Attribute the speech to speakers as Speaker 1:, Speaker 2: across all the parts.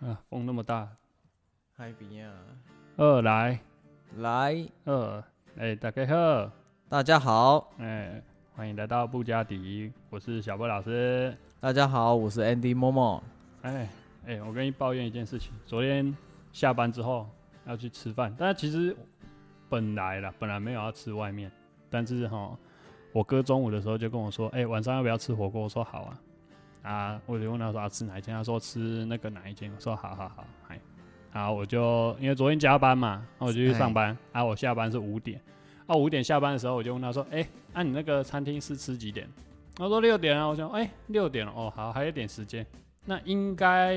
Speaker 1: 啊，风那么大，
Speaker 2: 海比啊，
Speaker 1: 二来
Speaker 2: 来，
Speaker 1: 二，哎，大家好，
Speaker 2: 大家好，
Speaker 1: 哎，欢迎来到布加迪，我是小波老师。
Speaker 2: 大家好，我是 Andy Momo。
Speaker 1: 哎哎，我跟你抱怨一件事情，昨天下班之后要去吃饭，但其实本来啦，本来没有要吃外面，但是哈，我哥中午的时候就跟我说，哎、晚上要不要吃火锅？我说好啊。啊，我就问他说、啊、吃哪一间，他说吃那个哪一间，我说好好好，哎，好，我就因为昨天加班嘛，那我就去上班，啊，我下班是五点，啊，五点下班的时候我就问他说，哎、啊你那个餐厅是吃几点？他说六点啊，我想哎六、点了哦，好，还有一点时间，那应该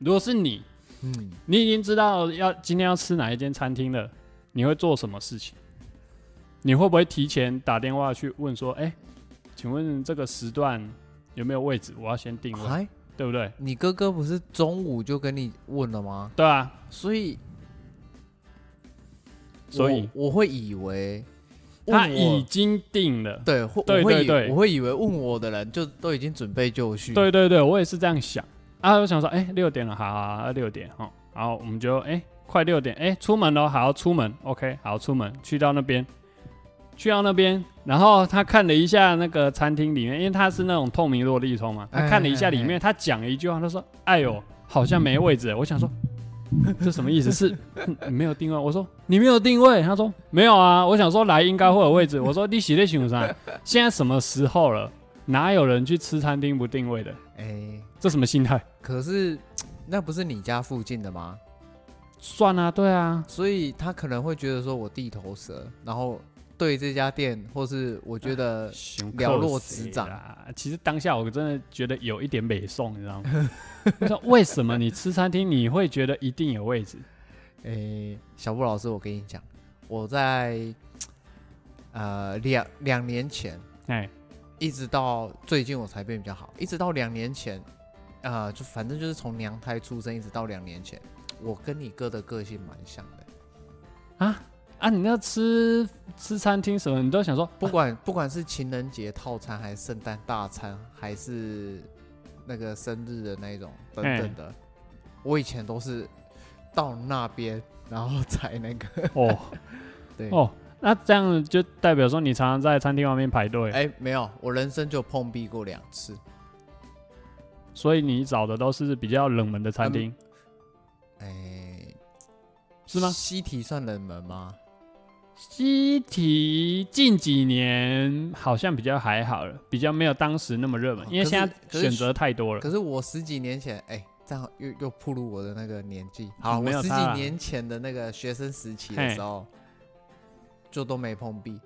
Speaker 1: 如果是你，
Speaker 2: 嗯，
Speaker 1: 你已经知道要今天要吃哪一间餐厅了，你会做什么事情？你会不会提前打电话去问说，哎、请问这个时段有没有位置？我要先定位，
Speaker 2: 哎，
Speaker 1: 对不对？
Speaker 2: 你哥哥不是中午就跟你问了吗？
Speaker 1: 对啊，
Speaker 2: 所以，
Speaker 1: 所以
Speaker 2: 我我会以为问
Speaker 1: 他
Speaker 2: 我嗯
Speaker 1: 已经定了。
Speaker 2: 对，会
Speaker 1: 对
Speaker 2: 我会
Speaker 1: 对
Speaker 2: 以
Speaker 1: 对嗯
Speaker 2: 我会以为问我的人就都已经准备就绪。
Speaker 1: 对对对，我也是这样想啊。我想说，哎、六点了，好好，好六点哈，然后我们就哎、快六点，哎、出门喽，好，出门，OK，好，出门，去到那边，去到那边，然后他看了一下那个餐厅里面，因为他是那种透明落地窗嘛，他看了一下里面，他讲了一句话，他说，哎呦，好像没位置了。我想说。 这什么意思？ 是嗯没有定位？我说你没有定位，他说没有啊。我想说来应该会有位置。我说你洗的想啥？现在什么时候了？哪有人去吃餐厅不定位的？
Speaker 2: 哎、
Speaker 1: 这什么心态？
Speaker 2: 可是那不是你家附近的吗？
Speaker 1: 算啊，对啊，
Speaker 2: 所以他可能会觉得说我地头蛇，然后对这家店，或是我觉得了若指掌
Speaker 1: 啊。其实当下我真的觉得有一点美送，你知道吗？我说为什么你吃餐厅你会觉得一定有位置？
Speaker 2: 诶、小布老师，我跟你讲，我在呃两两年前，
Speaker 1: 哎，
Speaker 2: 一直到最近我才变比较好，一直到两年前，呃，就反正就是从娘胎出生一直到两年前，我跟你哥的个性蛮像的。
Speaker 1: 啊，你那吃吃餐厅什么，你都想说
Speaker 2: 不管不管是情人节套餐，还是圣诞大餐，还是那个生日的那一种等等的，我以前都是到那边，然后才那个
Speaker 1: 哦
Speaker 2: 哎对。
Speaker 1: 哦，那这样就代表说你常常在餐厅外面排队，
Speaker 2: 哎、没有，我人生就碰壁过两次。
Speaker 1: 所以你找的都是比较冷门的
Speaker 2: 嗯
Speaker 1: 餐厅，
Speaker 2: 哎、
Speaker 1: 是吗？
Speaker 2: 西提算冷门吗？
Speaker 1: 西提近几年好像比较还好了，比较没有当时那么热门
Speaker 2: 哦，
Speaker 1: 因为
Speaker 2: 可是
Speaker 1: 现在
Speaker 2: 可是
Speaker 1: 选择太多了。
Speaker 2: 可是我十几年前，哎、这样又又暴露我的那个年纪。好，
Speaker 1: 嗯没
Speaker 2: 我
Speaker 1: 有
Speaker 2: 十
Speaker 1: 差啊
Speaker 2: 几
Speaker 1: 啦
Speaker 2: 年前的那个学生时期的时候，就都没碰壁。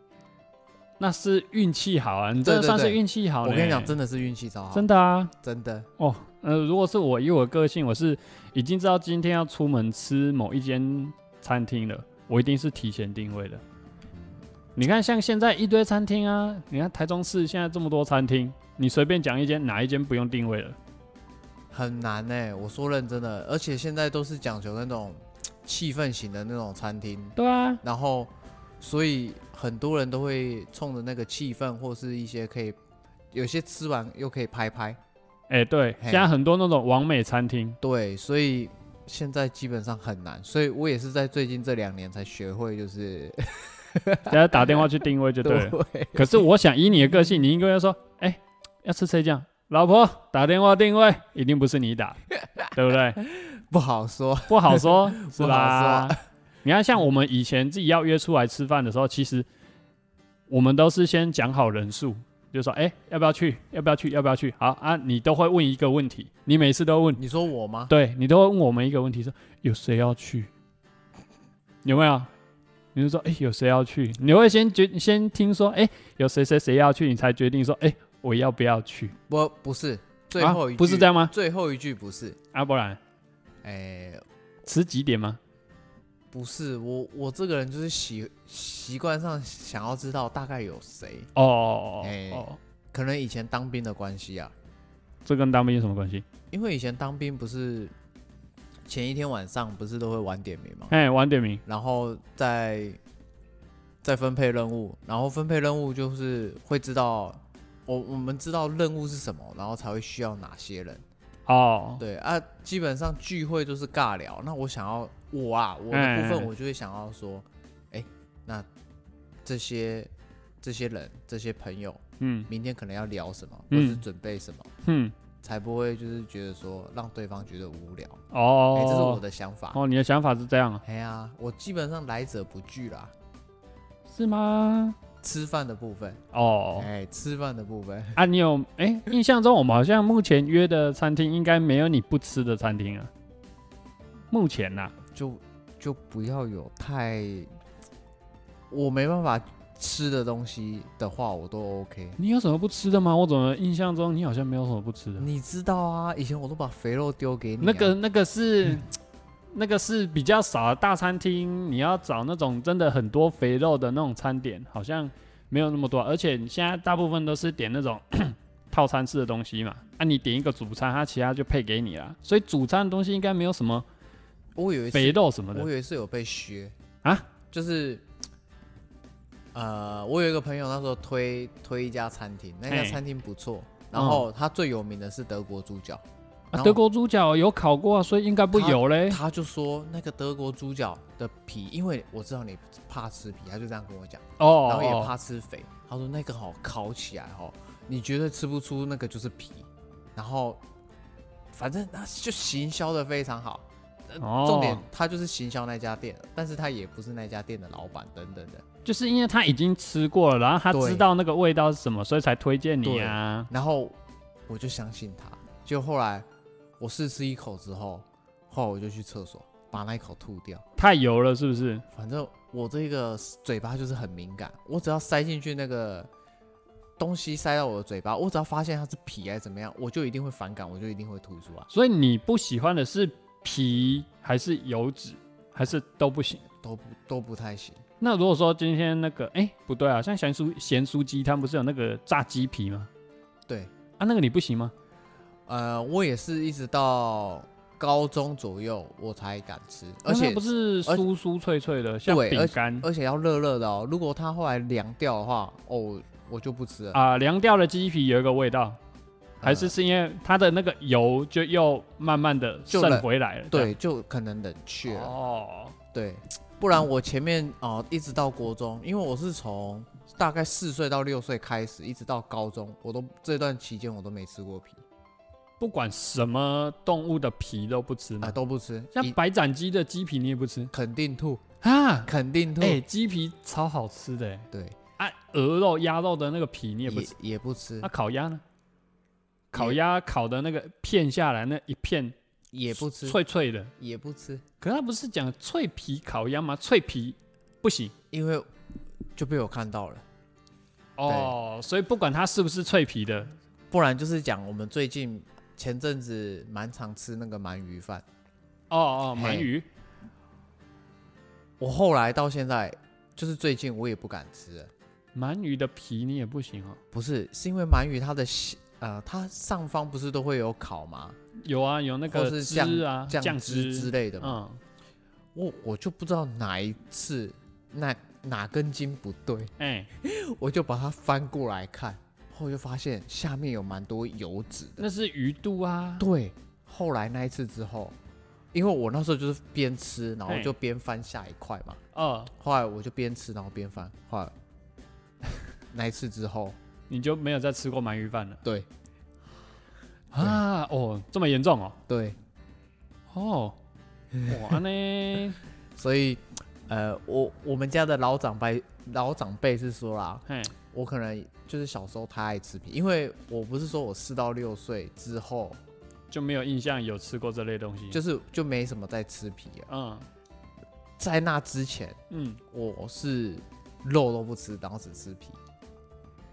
Speaker 1: 那是运气好啊，你真的
Speaker 2: 对对
Speaker 1: 算是
Speaker 2: 对
Speaker 1: 运气好
Speaker 2: 我
Speaker 1: 呢
Speaker 2: 跟 你讲，真的是运气超好，
Speaker 1: 真的啊，
Speaker 2: 真的。
Speaker 1: 哦，呃，如果是我以我的个性，我是已经知道今天要出门吃某一间餐厅了，我一定是提前定位的。你看，像现在一堆餐厅啊，你看台中市现在这么多餐厅，你随便讲一间，哪一间不用定位了？
Speaker 2: 很难呢、欸我说认真的，而且现在都是讲究那种气氛型的那种餐厅，
Speaker 1: 对啊，
Speaker 2: 然后所以很多人都会冲着那个气氛，或是一些可以有些吃完又可以拍拍，
Speaker 1: 哎、对，
Speaker 2: 嘿
Speaker 1: 现在很多那种完美餐 厅，
Speaker 2: 对，所以现在基本上很难，所以我也是在最近这两年才学会，就是
Speaker 1: 大家打电话去定位就对 了。
Speaker 2: 对，
Speaker 1: 可是我想以你的个性，你应该要说，哎、要吃谁酱？老婆打电话定位，一定不是你打，对不对？
Speaker 2: 不好说，
Speaker 1: 不好说，是
Speaker 2: 不好
Speaker 1: 吧？你看，像我们以前自己要约出来吃饭的时候，其实我们都是先讲好人数，就说，哎、要不要去？要不要去？要不要去？好啊，你都会问一个问题，你每次都问，
Speaker 2: 你说我吗？
Speaker 1: 对你都会问我们一个问题，说有谁要去？有没有？你就说，哎、有谁要去？你会先决先听说，哎、有谁谁谁要去，你才决定说，哎、我要不要去？
Speaker 2: 不，不是，最
Speaker 1: 啊
Speaker 2: 后一句、
Speaker 1: 不是这样吗？
Speaker 2: 最后一句不是，
Speaker 1: 啊，不然
Speaker 2: 哎、
Speaker 1: 吃几点吗？
Speaker 2: 不是我，我这个人就是习习惯上想要知道大概有谁，
Speaker 1: 哦哦哦
Speaker 2: 哎
Speaker 1: 哦哦，
Speaker 2: 可能以前当兵的关系啊，
Speaker 1: 这跟当兵有什么关系？
Speaker 2: 因为以前当兵不是前一天晚上不是都会晚点名嘛，
Speaker 1: 哎，晚点名。
Speaker 2: 然后再再分配任务，然后分配任务就是会知道我我们知道任务是什么，然后才会需要哪些人，
Speaker 1: 哦，
Speaker 2: 对啊，基本上聚会就是尬聊。那我想要我啊，我的部
Speaker 1: 哎哎哎
Speaker 2: 分我就会想要说，哎、那这些这些人、这些朋友，
Speaker 1: 嗯
Speaker 2: 明天可能要聊什么，或
Speaker 1: 嗯
Speaker 2: 是准备什么，
Speaker 1: 哼，
Speaker 2: 才不会就是觉得说让对方觉得无聊。哎、
Speaker 1: 哦，
Speaker 2: 这是我的想法。
Speaker 1: 哦，你的想法是这样啊？
Speaker 2: 哎呀、我基本上来者不拒啦。
Speaker 1: 是吗？
Speaker 2: 吃饭的部分，
Speaker 1: 哦，
Speaker 2: 哎、吃饭的部分，
Speaker 1: 啊，你有哎、印象中我们好像目前约的餐厅应该没有你不吃的餐厅啊。目前啊呐、
Speaker 2: 就就不要有太，我没办法吃的东西的话，我都 OK。
Speaker 1: 你有什么不吃的吗？我怎么印象中你好像没有什么不吃的？
Speaker 2: 你知道啊，以前我都把肥肉丢给你、啊
Speaker 1: 那个，那个
Speaker 2: 嗯
Speaker 1: 是那个是比较少的大餐厅，你要找那种真的很多肥肉的那种餐点，好像没有那么多。而且你现在大部分都是点那种 套餐式的东西嘛，啊，你点一个主餐，它其他就配给你啦。所以主餐的东西应该没有什么
Speaker 2: 我有一次
Speaker 1: 肥，肉什么的
Speaker 2: 我。有一次有被削
Speaker 1: 啊，
Speaker 2: 就是，呃，我有一个朋友那时候推推一家餐厅，那家
Speaker 1: 嘿嗯
Speaker 2: 餐厅不错，然后它最有名的是德国猪脚，
Speaker 1: 啊、
Speaker 2: 然后
Speaker 1: 德国猪脚有烤过啊，所以应该不油嘞。
Speaker 2: 他就说那个德国猪脚的皮，因为我知道你怕吃皮，他就这样跟我讲，
Speaker 1: 哦，
Speaker 2: 然后也
Speaker 1: 哦
Speaker 2: 怕吃肥，他说那个好烤起来哦，你绝对吃不出那个就是皮，然后反正他就行销的非常好。呃
Speaker 1: 哦
Speaker 2: 重点，他就是行销那家店，但是他也不是那家店的老板等等的。
Speaker 1: 就是因为他已经吃过了，然后他
Speaker 2: 对
Speaker 1: 知道那个味道是什么，所以才推荐你啊。
Speaker 2: 然后我就相信他，就后来我试吃一口之后，后来我就去厕所把那一口吐掉。
Speaker 1: 太油了是不是？
Speaker 2: 反正我这个嘴巴就是很敏感，我只要塞进去那个东西塞到我的嘴巴，我只要发现它是皮还是怎么样，我就一定会反感，我就一定会吐出来，
Speaker 1: 所以你不喜欢的是皮还是油脂，还是都不行？
Speaker 2: 都不都不太行。
Speaker 1: 那如果说今天那个，哎、不对啊，像咸酥咸酥鸡，他们不是有那个炸鸡皮吗？
Speaker 2: 对，
Speaker 1: 啊，那个你不行吗？
Speaker 2: 呃，我也是一直到高中左右我才敢吃，而
Speaker 1: 那
Speaker 2: 且
Speaker 1: 个不是
Speaker 2: 而且
Speaker 1: 酥酥脆脆的，像
Speaker 2: 对
Speaker 1: 饼
Speaker 2: 而
Speaker 1: 干
Speaker 2: 而且要热热的哦，如果它后来凉掉的话，哦，我就不吃了。
Speaker 1: 啊，凉掉的鸡皮有一个味道，还是
Speaker 2: 呃
Speaker 1: 是因为它的那个油就又慢慢的
Speaker 2: 就
Speaker 1: 渗
Speaker 2: 冷
Speaker 1: 回来了。
Speaker 2: 对，就可能冷
Speaker 1: 这
Speaker 2: 却
Speaker 1: 样，
Speaker 2: 了。
Speaker 1: 哦，
Speaker 2: 对，不然我前面哦、一直到国中，因为我是从大概四岁到六岁开始，一直到高中，我都这段期间我都没吃过皮
Speaker 1: 不管什么动物的皮都不吃
Speaker 2: 啊、
Speaker 1: 嘛，
Speaker 2: 都不吃，
Speaker 1: 像
Speaker 2: 一
Speaker 1: 白斩鸡的鸡皮你也不吃
Speaker 2: 肯定吐，
Speaker 1: 啊？
Speaker 2: 肯定吐，
Speaker 1: 哎，鸡皮超好吃的欸
Speaker 2: 对，
Speaker 1: 啊，鹅肉、鸭肉的那个皮你也不吃，啊
Speaker 2: 也不吃
Speaker 1: 那，烤鸭呢？烤鸭烤的那个片下来那一片
Speaker 2: 也不吃，
Speaker 1: 脆脆的，
Speaker 2: 也不吃，
Speaker 1: 可是他不是讲脆皮烤鸭吗？脆皮不行
Speaker 2: 因为就被我看到了，
Speaker 1: 哦，所以不管它是不是脆皮的，
Speaker 2: 不然就是讲我们最近前阵子蛮常吃那个鳗鱼饭，
Speaker 1: 哦哦，
Speaker 2: 嘿
Speaker 1: 鳗鱼
Speaker 2: 我后来到现在就是最近我也不敢吃了。
Speaker 1: 鳗鱼的皮你也不行哦。
Speaker 2: 不是，是因为鳗鱼它的西呃，它上方不是都会有烤吗？
Speaker 1: 有啊，有那
Speaker 2: 或
Speaker 1: 个
Speaker 2: 是
Speaker 1: 汁啊，
Speaker 2: 酱
Speaker 1: 汁
Speaker 2: 汁之类的嘛。
Speaker 1: 嗯，
Speaker 2: 我我就不知道哪一次那哪根筋不对，
Speaker 1: 哎、
Speaker 2: 我就把它翻过来看，后来就发现下面有蛮多油脂的。
Speaker 1: 那是鱼肚啊。
Speaker 2: 对，后来那一次之后，因为我那时候就是边吃，然后
Speaker 1: 嘿
Speaker 2: 就边翻下一块嘛。
Speaker 1: 哦，
Speaker 2: 后来我就边吃，然后边翻。后来 那一次之后，
Speaker 1: 你就没有再吃过鳗鱼饭了
Speaker 2: 对
Speaker 1: 啊？哦，这么严重哦？
Speaker 2: 对，
Speaker 1: 哦，哇呢？
Speaker 2: 所以呃，我我们家的老长辈老长辈是说啦，
Speaker 1: 嘿，
Speaker 2: 我可能就是小时候太爱吃皮，因为我不是说我四到六岁之后，
Speaker 1: 就没有印象有吃过这类东西。
Speaker 2: 就是就没什么在吃皮了。
Speaker 1: 嗯
Speaker 2: 在那之前，
Speaker 1: 嗯，
Speaker 2: 我是肉都不吃，然后只吃皮。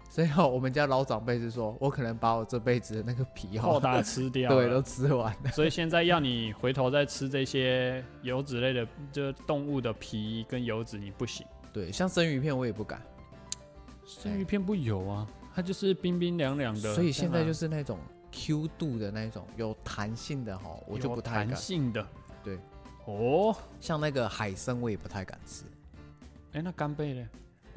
Speaker 2: 所以哦，我们家老长辈是说，我可能把我这辈子的那个皮
Speaker 1: 后
Speaker 2: 哦，
Speaker 1: 大吃掉
Speaker 2: 对，
Speaker 1: 了
Speaker 2: 都。吃完了。
Speaker 1: 所以现在要你回头再吃这些油脂类的，就是动物的皮跟油脂，你不行。
Speaker 2: 对，像生鱼片我也不敢，
Speaker 1: 生鱼片不油啊，它就是冰冰凉凉的。
Speaker 2: 所以现在
Speaker 1: 这样啊
Speaker 2: 就是那种 Q 度的那种有弹性的哈、我就
Speaker 1: 有
Speaker 2: 不太
Speaker 1: 弹
Speaker 2: 敢。
Speaker 1: 性的。
Speaker 2: 对，
Speaker 1: 哦，
Speaker 2: 像那个海参我也不太敢吃，
Speaker 1: 哎、那干贝呢？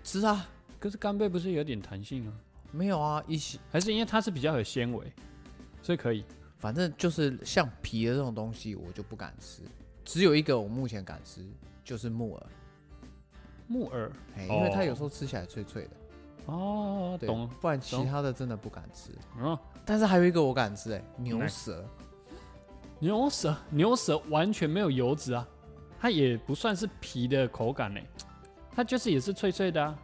Speaker 2: 吃啊，
Speaker 1: 可是干贝不是有点弹性啊？
Speaker 2: 没有啊，一些
Speaker 1: 还是因为它是比较有纤维，所以可以
Speaker 2: 反正就是像皮的这种东西，我就不敢吃。只有一个我目前敢吃，就是木耳，
Speaker 1: 木耳
Speaker 2: 哎，因为它有
Speaker 1: 哦
Speaker 2: 时候吃起来脆脆的，
Speaker 1: 哦，
Speaker 2: 对
Speaker 1: 懂了，，
Speaker 2: 不然其
Speaker 1: 懂
Speaker 2: 他的真的不敢吃。
Speaker 1: 嗯，
Speaker 2: 但是还有一个我敢吃、哎，牛
Speaker 1: 哪
Speaker 2: 舌，
Speaker 1: 牛舌牛舌完全没有油脂啊，它也不算是皮的口感呢、它就是也是脆脆的啊。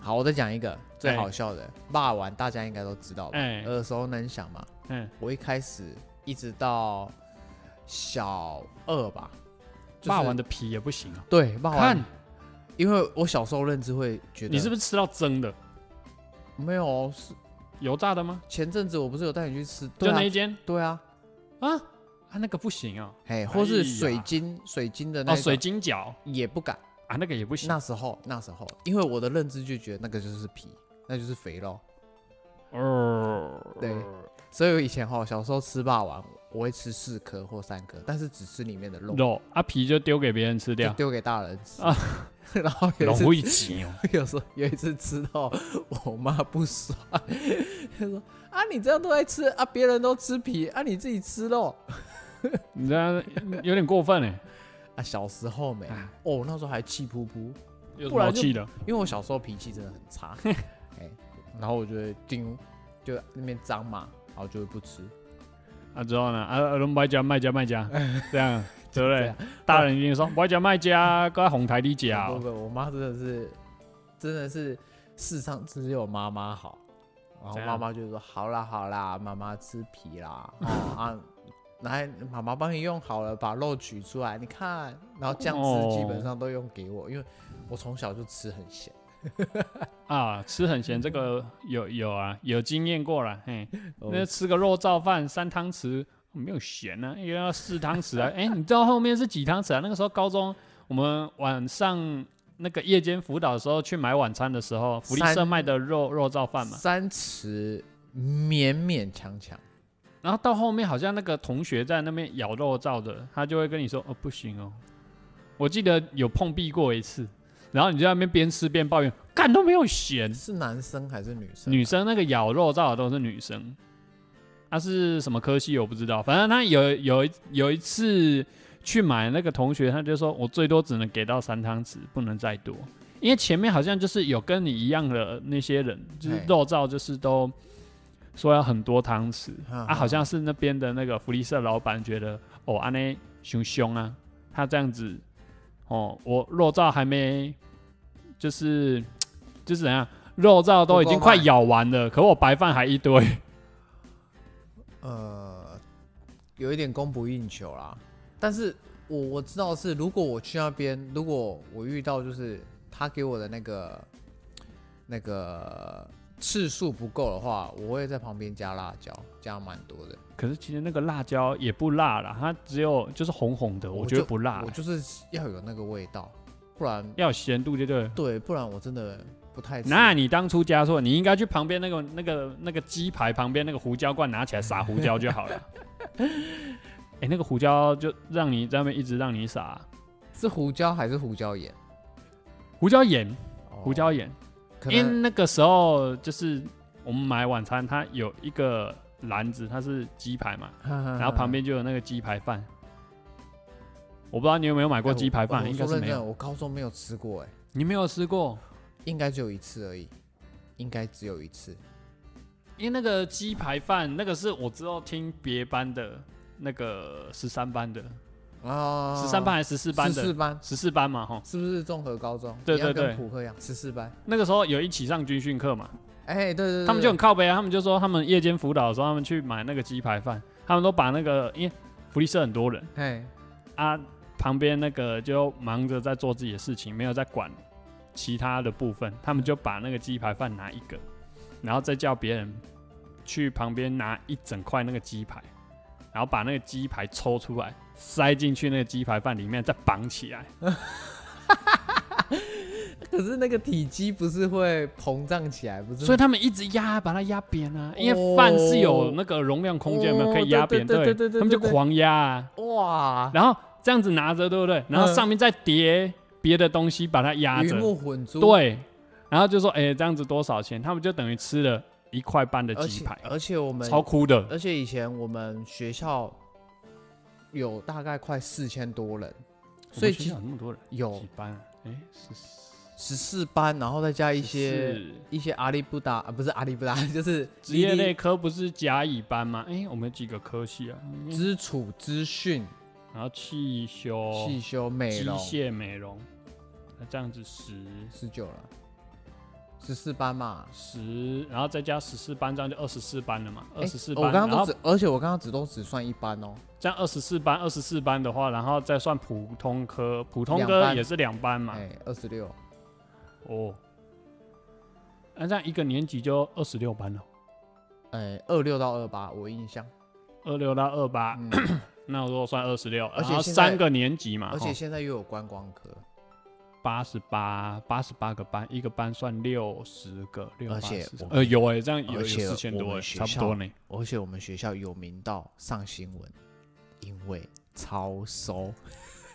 Speaker 2: 好，我再讲一个最
Speaker 1: 哎
Speaker 2: 好笑的，霸王大家应该都知道吧？呃
Speaker 1: 哎
Speaker 2: 耳熟能详嘛。
Speaker 1: 嗯，
Speaker 2: 我一开始一直到小二吧，就是
Speaker 1: 霸王的皮也不行啊。
Speaker 2: 对霸
Speaker 1: 看
Speaker 2: 王，因为我小时候认知会觉得
Speaker 1: 你是不是吃到蒸的
Speaker 2: 没有哦，是
Speaker 1: 油炸的吗？
Speaker 2: 前阵子我不是有带你去吃，对
Speaker 1: 就那
Speaker 2: 啊
Speaker 1: 一，间
Speaker 2: 对啊，
Speaker 1: 啊，它那个不行啊。
Speaker 2: 哎，或
Speaker 1: 哎
Speaker 2: 是
Speaker 1: 呀
Speaker 2: 水晶水晶的那
Speaker 1: 哦，
Speaker 2: 种
Speaker 1: 水晶饺
Speaker 2: 也不敢。
Speaker 1: 啊，那个也不行。
Speaker 2: 那时候那时候，因为我的认知就觉得那个就是皮，那就是肥肉，
Speaker 1: 哦，
Speaker 2: 对所以我以前哈小时候吃霸王，我会吃四颗或三颗，但是只吃里面的肉。
Speaker 1: 肉啊皮就丢给别人吃
Speaker 2: 就
Speaker 1: 掉，
Speaker 2: 丢给大人吃
Speaker 1: 啊
Speaker 2: 然后有一
Speaker 1: 容
Speaker 2: 次，
Speaker 1: 易急哦。
Speaker 2: 有时候有一次吃到我妈不爽，她说：“啊，你这样都在吃啊，别人都吃皮啊，你自己吃肉
Speaker 1: 你这样有点过分哎，
Speaker 2: 啊。”小时候没，
Speaker 1: 啊
Speaker 2: 哦，那时候还气噗噗，
Speaker 1: 有什
Speaker 2: 不
Speaker 1: 么
Speaker 2: 然
Speaker 1: 好
Speaker 2: 就
Speaker 1: 气的？
Speaker 2: 因为我小时候脾气真的很 差，哎，然后我就会盯，就那边脏嘛，然后就会不吃，
Speaker 1: 啊之后呢？啊，拢买家卖家卖家，
Speaker 2: 哎
Speaker 1: 这样对 不
Speaker 2: 这
Speaker 1: 对
Speaker 2: 样？
Speaker 1: 大人一定说买家卖家，搁红台里家
Speaker 2: 不不，不我妈真的是，真的是世上只有妈妈好。然后
Speaker 1: 怎样
Speaker 2: 妈妈就说：“好啦好啦，妈妈吃皮啦，哦啊，来，妈妈帮你用好了，把肉取出来，你看。”然后酱
Speaker 1: 哦
Speaker 2: 汁基本上都用给我，因为我从小就吃很咸。
Speaker 1: 啊，吃很咸，这个有有啊，有经验过了。嘿，那
Speaker 2: 哦
Speaker 1: 吃个肉燥饭三汤匙没有咸呢、啊，因为要四汤匙啊。哎、 你知道后面是几汤匙啊？那个时候高中我们晚上那个夜间辅导的时候去买晚餐的时候，福利社
Speaker 2: 三
Speaker 1: 卖的肉肉燥饭嘛。
Speaker 2: 三匙勉勉强强，
Speaker 1: 然后到后面好像那个同学在那边咬肉燥的，他就会跟你说：“哦，不行哦。”我记得有碰壁过一次，然后你就在那边边吃边抱怨，干都没有咸。
Speaker 2: 是男生还是女生？啊
Speaker 1: 女生那个咬肉燥的都是女生，她、是什么科系我不知道，反正她有有一有一次去买那个同学，她就说我最多只能给到三汤匙，不能再多，因为前面好像就是有跟你一样的那些人，就是
Speaker 2: 嘿
Speaker 1: 肉燥就是都说要很多汤匙，
Speaker 2: 哈
Speaker 1: 啊，
Speaker 2: 哈
Speaker 1: 好像是那边的那个福利社老板觉得哦，安内凶凶啊，他这样子哦，我肉燥还没，就是就是怎样，肉燥都已经快咬完了，可我白饭还一堆，
Speaker 2: 呃，有一点供不应求啦。但是我我知道是，如果我去那边，如果我遇到就是他给我的那个那个次数不够的话，我会在旁边加辣椒，加蛮多的。
Speaker 1: 可是其实那个辣椒也不辣啦，它只有就是红红的，
Speaker 2: 我
Speaker 1: 我觉得
Speaker 2: 就
Speaker 1: 不辣
Speaker 2: 我，就是要有那个味道，不然
Speaker 1: 要有咸度就对了。
Speaker 2: 对，不然我真的不太吃。
Speaker 1: 那你当初加错，你应该去旁边那个那个那个鸡排旁边那个胡椒罐拿起来撒胡椒就好 了。哎、那个胡椒就让你在那边一直让你撒、
Speaker 2: 是胡椒还是胡椒盐？
Speaker 1: 胡椒盐，
Speaker 2: 哦
Speaker 1: 胡椒盐，
Speaker 2: 可
Speaker 1: 因为
Speaker 2: 能
Speaker 1: 那个时候就是我们买晚餐，它有一个篮子，它是鸡排嘛，
Speaker 2: 然
Speaker 1: 然后旁边就有那个鸡排饭。我不知道你有没有买过鸡排饭，应该是没有，
Speaker 2: 哎我高中没有吃过、哎，
Speaker 1: 你没有吃过，
Speaker 2: 应该只有一次而已，应该只有一次。
Speaker 1: 因为那个鸡排饭那个是我之后听别班的那个十三班的，
Speaker 2: 啊，
Speaker 1: 十三班还是十四班
Speaker 2: 十四
Speaker 1: 的，
Speaker 2: 班
Speaker 1: 十四班嘛哈。
Speaker 2: 是不是综合高中？
Speaker 1: 对
Speaker 2: 一
Speaker 1: 对
Speaker 2: 样
Speaker 1: 对
Speaker 2: 跟普克一样，十四班。
Speaker 1: 那个时候有一起上军训课嘛，
Speaker 2: 哎，对对对，
Speaker 1: 他们就很
Speaker 2: 对
Speaker 1: 靠背啊，他们就说他们夜间辅导的时候，他们去买那个鸡排饭，他们都把那个因为福利社很多人
Speaker 2: 哎，
Speaker 1: 啊，旁边那个就忙着在做自己的事情，没有在管其他的部分，他们就把那个鸡排饭拿一个，然后再叫别人去旁边拿一整块那个鸡排，然后把那个鸡排抽出来塞进去那个鸡排饭里面，再绑起来。
Speaker 2: 可是那个体积不是会膨胀起来，不是吗？
Speaker 1: 所以他们一直压，把它压扁啊，因为饭是有那个容量空间嘛，
Speaker 2: 哦
Speaker 1: 可以压扁，
Speaker 2: 对对对对对
Speaker 1: 他们就
Speaker 2: 对对
Speaker 1: 狂压、啊，
Speaker 2: 哇，
Speaker 1: 然后这样子拿着，对不对？然后
Speaker 2: 嗯
Speaker 1: 上面再叠别的东西，把它压
Speaker 2: 鱼
Speaker 1: 着，
Speaker 2: 目混珠。，
Speaker 1: 对，然后就说，哎、这样子多少钱？他们就等于吃了。一块半的
Speaker 2: 而
Speaker 1: 鸡
Speaker 2: 且呃
Speaker 1: 排，
Speaker 2: 而且我们
Speaker 1: 超酷的。
Speaker 2: 而且以前我们学校有大概快四千多人，所以
Speaker 1: 其
Speaker 2: 其
Speaker 1: 实
Speaker 2: 实哦
Speaker 1: 那么多人，
Speaker 2: 有
Speaker 1: 几班啊？哎，是
Speaker 2: 十四班，然后再加一些
Speaker 1: 是
Speaker 2: 一些阿里不达啊，不是阿里不达， 就是
Speaker 1: 职业
Speaker 2: DD
Speaker 1: 类科不是甲乙班吗？哎，我们有几个科系啊？嗯
Speaker 2: 基础资讯、
Speaker 1: 然后汽修、
Speaker 2: 汽修、美
Speaker 1: 机
Speaker 2: 容，
Speaker 1: 械美容，那这样子十
Speaker 2: 十九了，十四班嘛。
Speaker 1: 十，然后再加十四班，这样就二十四班了嘛？
Speaker 2: 诶
Speaker 1: 二十四
Speaker 2: 哦
Speaker 1: 班，
Speaker 2: 我刚刚
Speaker 1: 然
Speaker 2: 都
Speaker 1: 后
Speaker 2: 只，而且我刚刚只都只算一班哦，
Speaker 1: 这样二十四班，二十四班的话，然后再算普通科，普通
Speaker 2: 两
Speaker 1: 科
Speaker 2: 班
Speaker 1: 也是两班嘛？
Speaker 2: 哎，二十六，
Speaker 1: 哦，那这样一个年级就二十六班了，
Speaker 2: 哎，二六到二八，我印象。
Speaker 1: 二六到二八、
Speaker 2: 嗯，
Speaker 1: 那我如果算二十六，
Speaker 2: 而且
Speaker 1: 然后
Speaker 2: 现在
Speaker 1: 三个年级嘛，
Speaker 2: 而且现在又有观光科，
Speaker 1: 八十八八十八个班，一个班算六十个，六
Speaker 2: 而且我们
Speaker 1: 呃有哎、这样有有
Speaker 2: 而且
Speaker 1: 四千
Speaker 2: 我
Speaker 1: 多、
Speaker 2: 们
Speaker 1: 欸，
Speaker 2: 学
Speaker 1: 差不多
Speaker 2: 校
Speaker 1: 呢、
Speaker 2: 而且我们学校有名到上新闻，因为超收。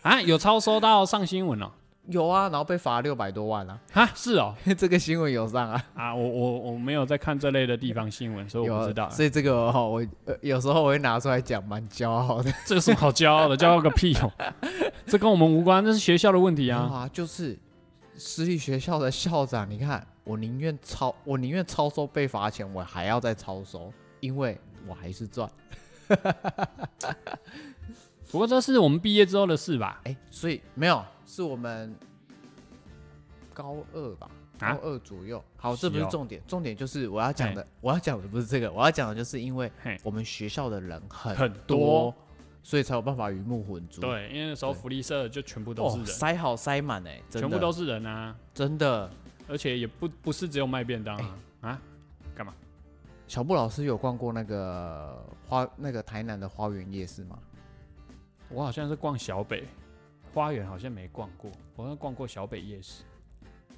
Speaker 1: 啊，有超收到上新闻哦、
Speaker 2: 有啊，然后被罚六百多万啊，
Speaker 1: 哈，是哦、
Speaker 2: 这个新闻有上啊，
Speaker 1: 啊，我我我没有在看这类的地方新闻，所以
Speaker 2: 有
Speaker 1: 我
Speaker 2: 啊
Speaker 1: 不知道。
Speaker 2: 所以这个哈、我、呃有时候我会拿出来讲，蛮骄傲的。
Speaker 1: 这有什么好骄傲的？骄傲个屁 哦、这跟我们无关，这是学校的问题
Speaker 2: 没有
Speaker 1: 啊。
Speaker 2: 啊，就是私立学校的校长，你看，我宁愿超，我宁愿超收被罚钱，我还要再超收，因为我还是赚。
Speaker 1: 不过这是我们毕业之后的事吧？
Speaker 2: 哎、所以没有，是我们高二吧，
Speaker 1: 啊
Speaker 2: 高二左右。好，
Speaker 1: 是
Speaker 2: 这不是
Speaker 1: 哦
Speaker 2: 重点，重点就是我要讲
Speaker 1: 嘿
Speaker 2: 的，我要讲的不是这个，我要讲的就是因为
Speaker 1: 嘿
Speaker 2: 我们学校的人很
Speaker 1: 很
Speaker 2: 多
Speaker 1: 多，
Speaker 2: 所以才有办法鱼目混珠。，
Speaker 1: 对，因为那时候
Speaker 2: 对
Speaker 1: 福利社就全部都是
Speaker 2: 哦，
Speaker 1: 人，
Speaker 2: 塞好塞满哎、真的
Speaker 1: 全部都是人啊，
Speaker 2: 真的。
Speaker 1: 而且也不不是只有卖便当啊、啊，干嘛？
Speaker 2: 小布老师有逛过那个花那个台南的花园夜市吗？
Speaker 1: 我好像是逛小北花园，好像没逛过，我好像逛过小北夜市。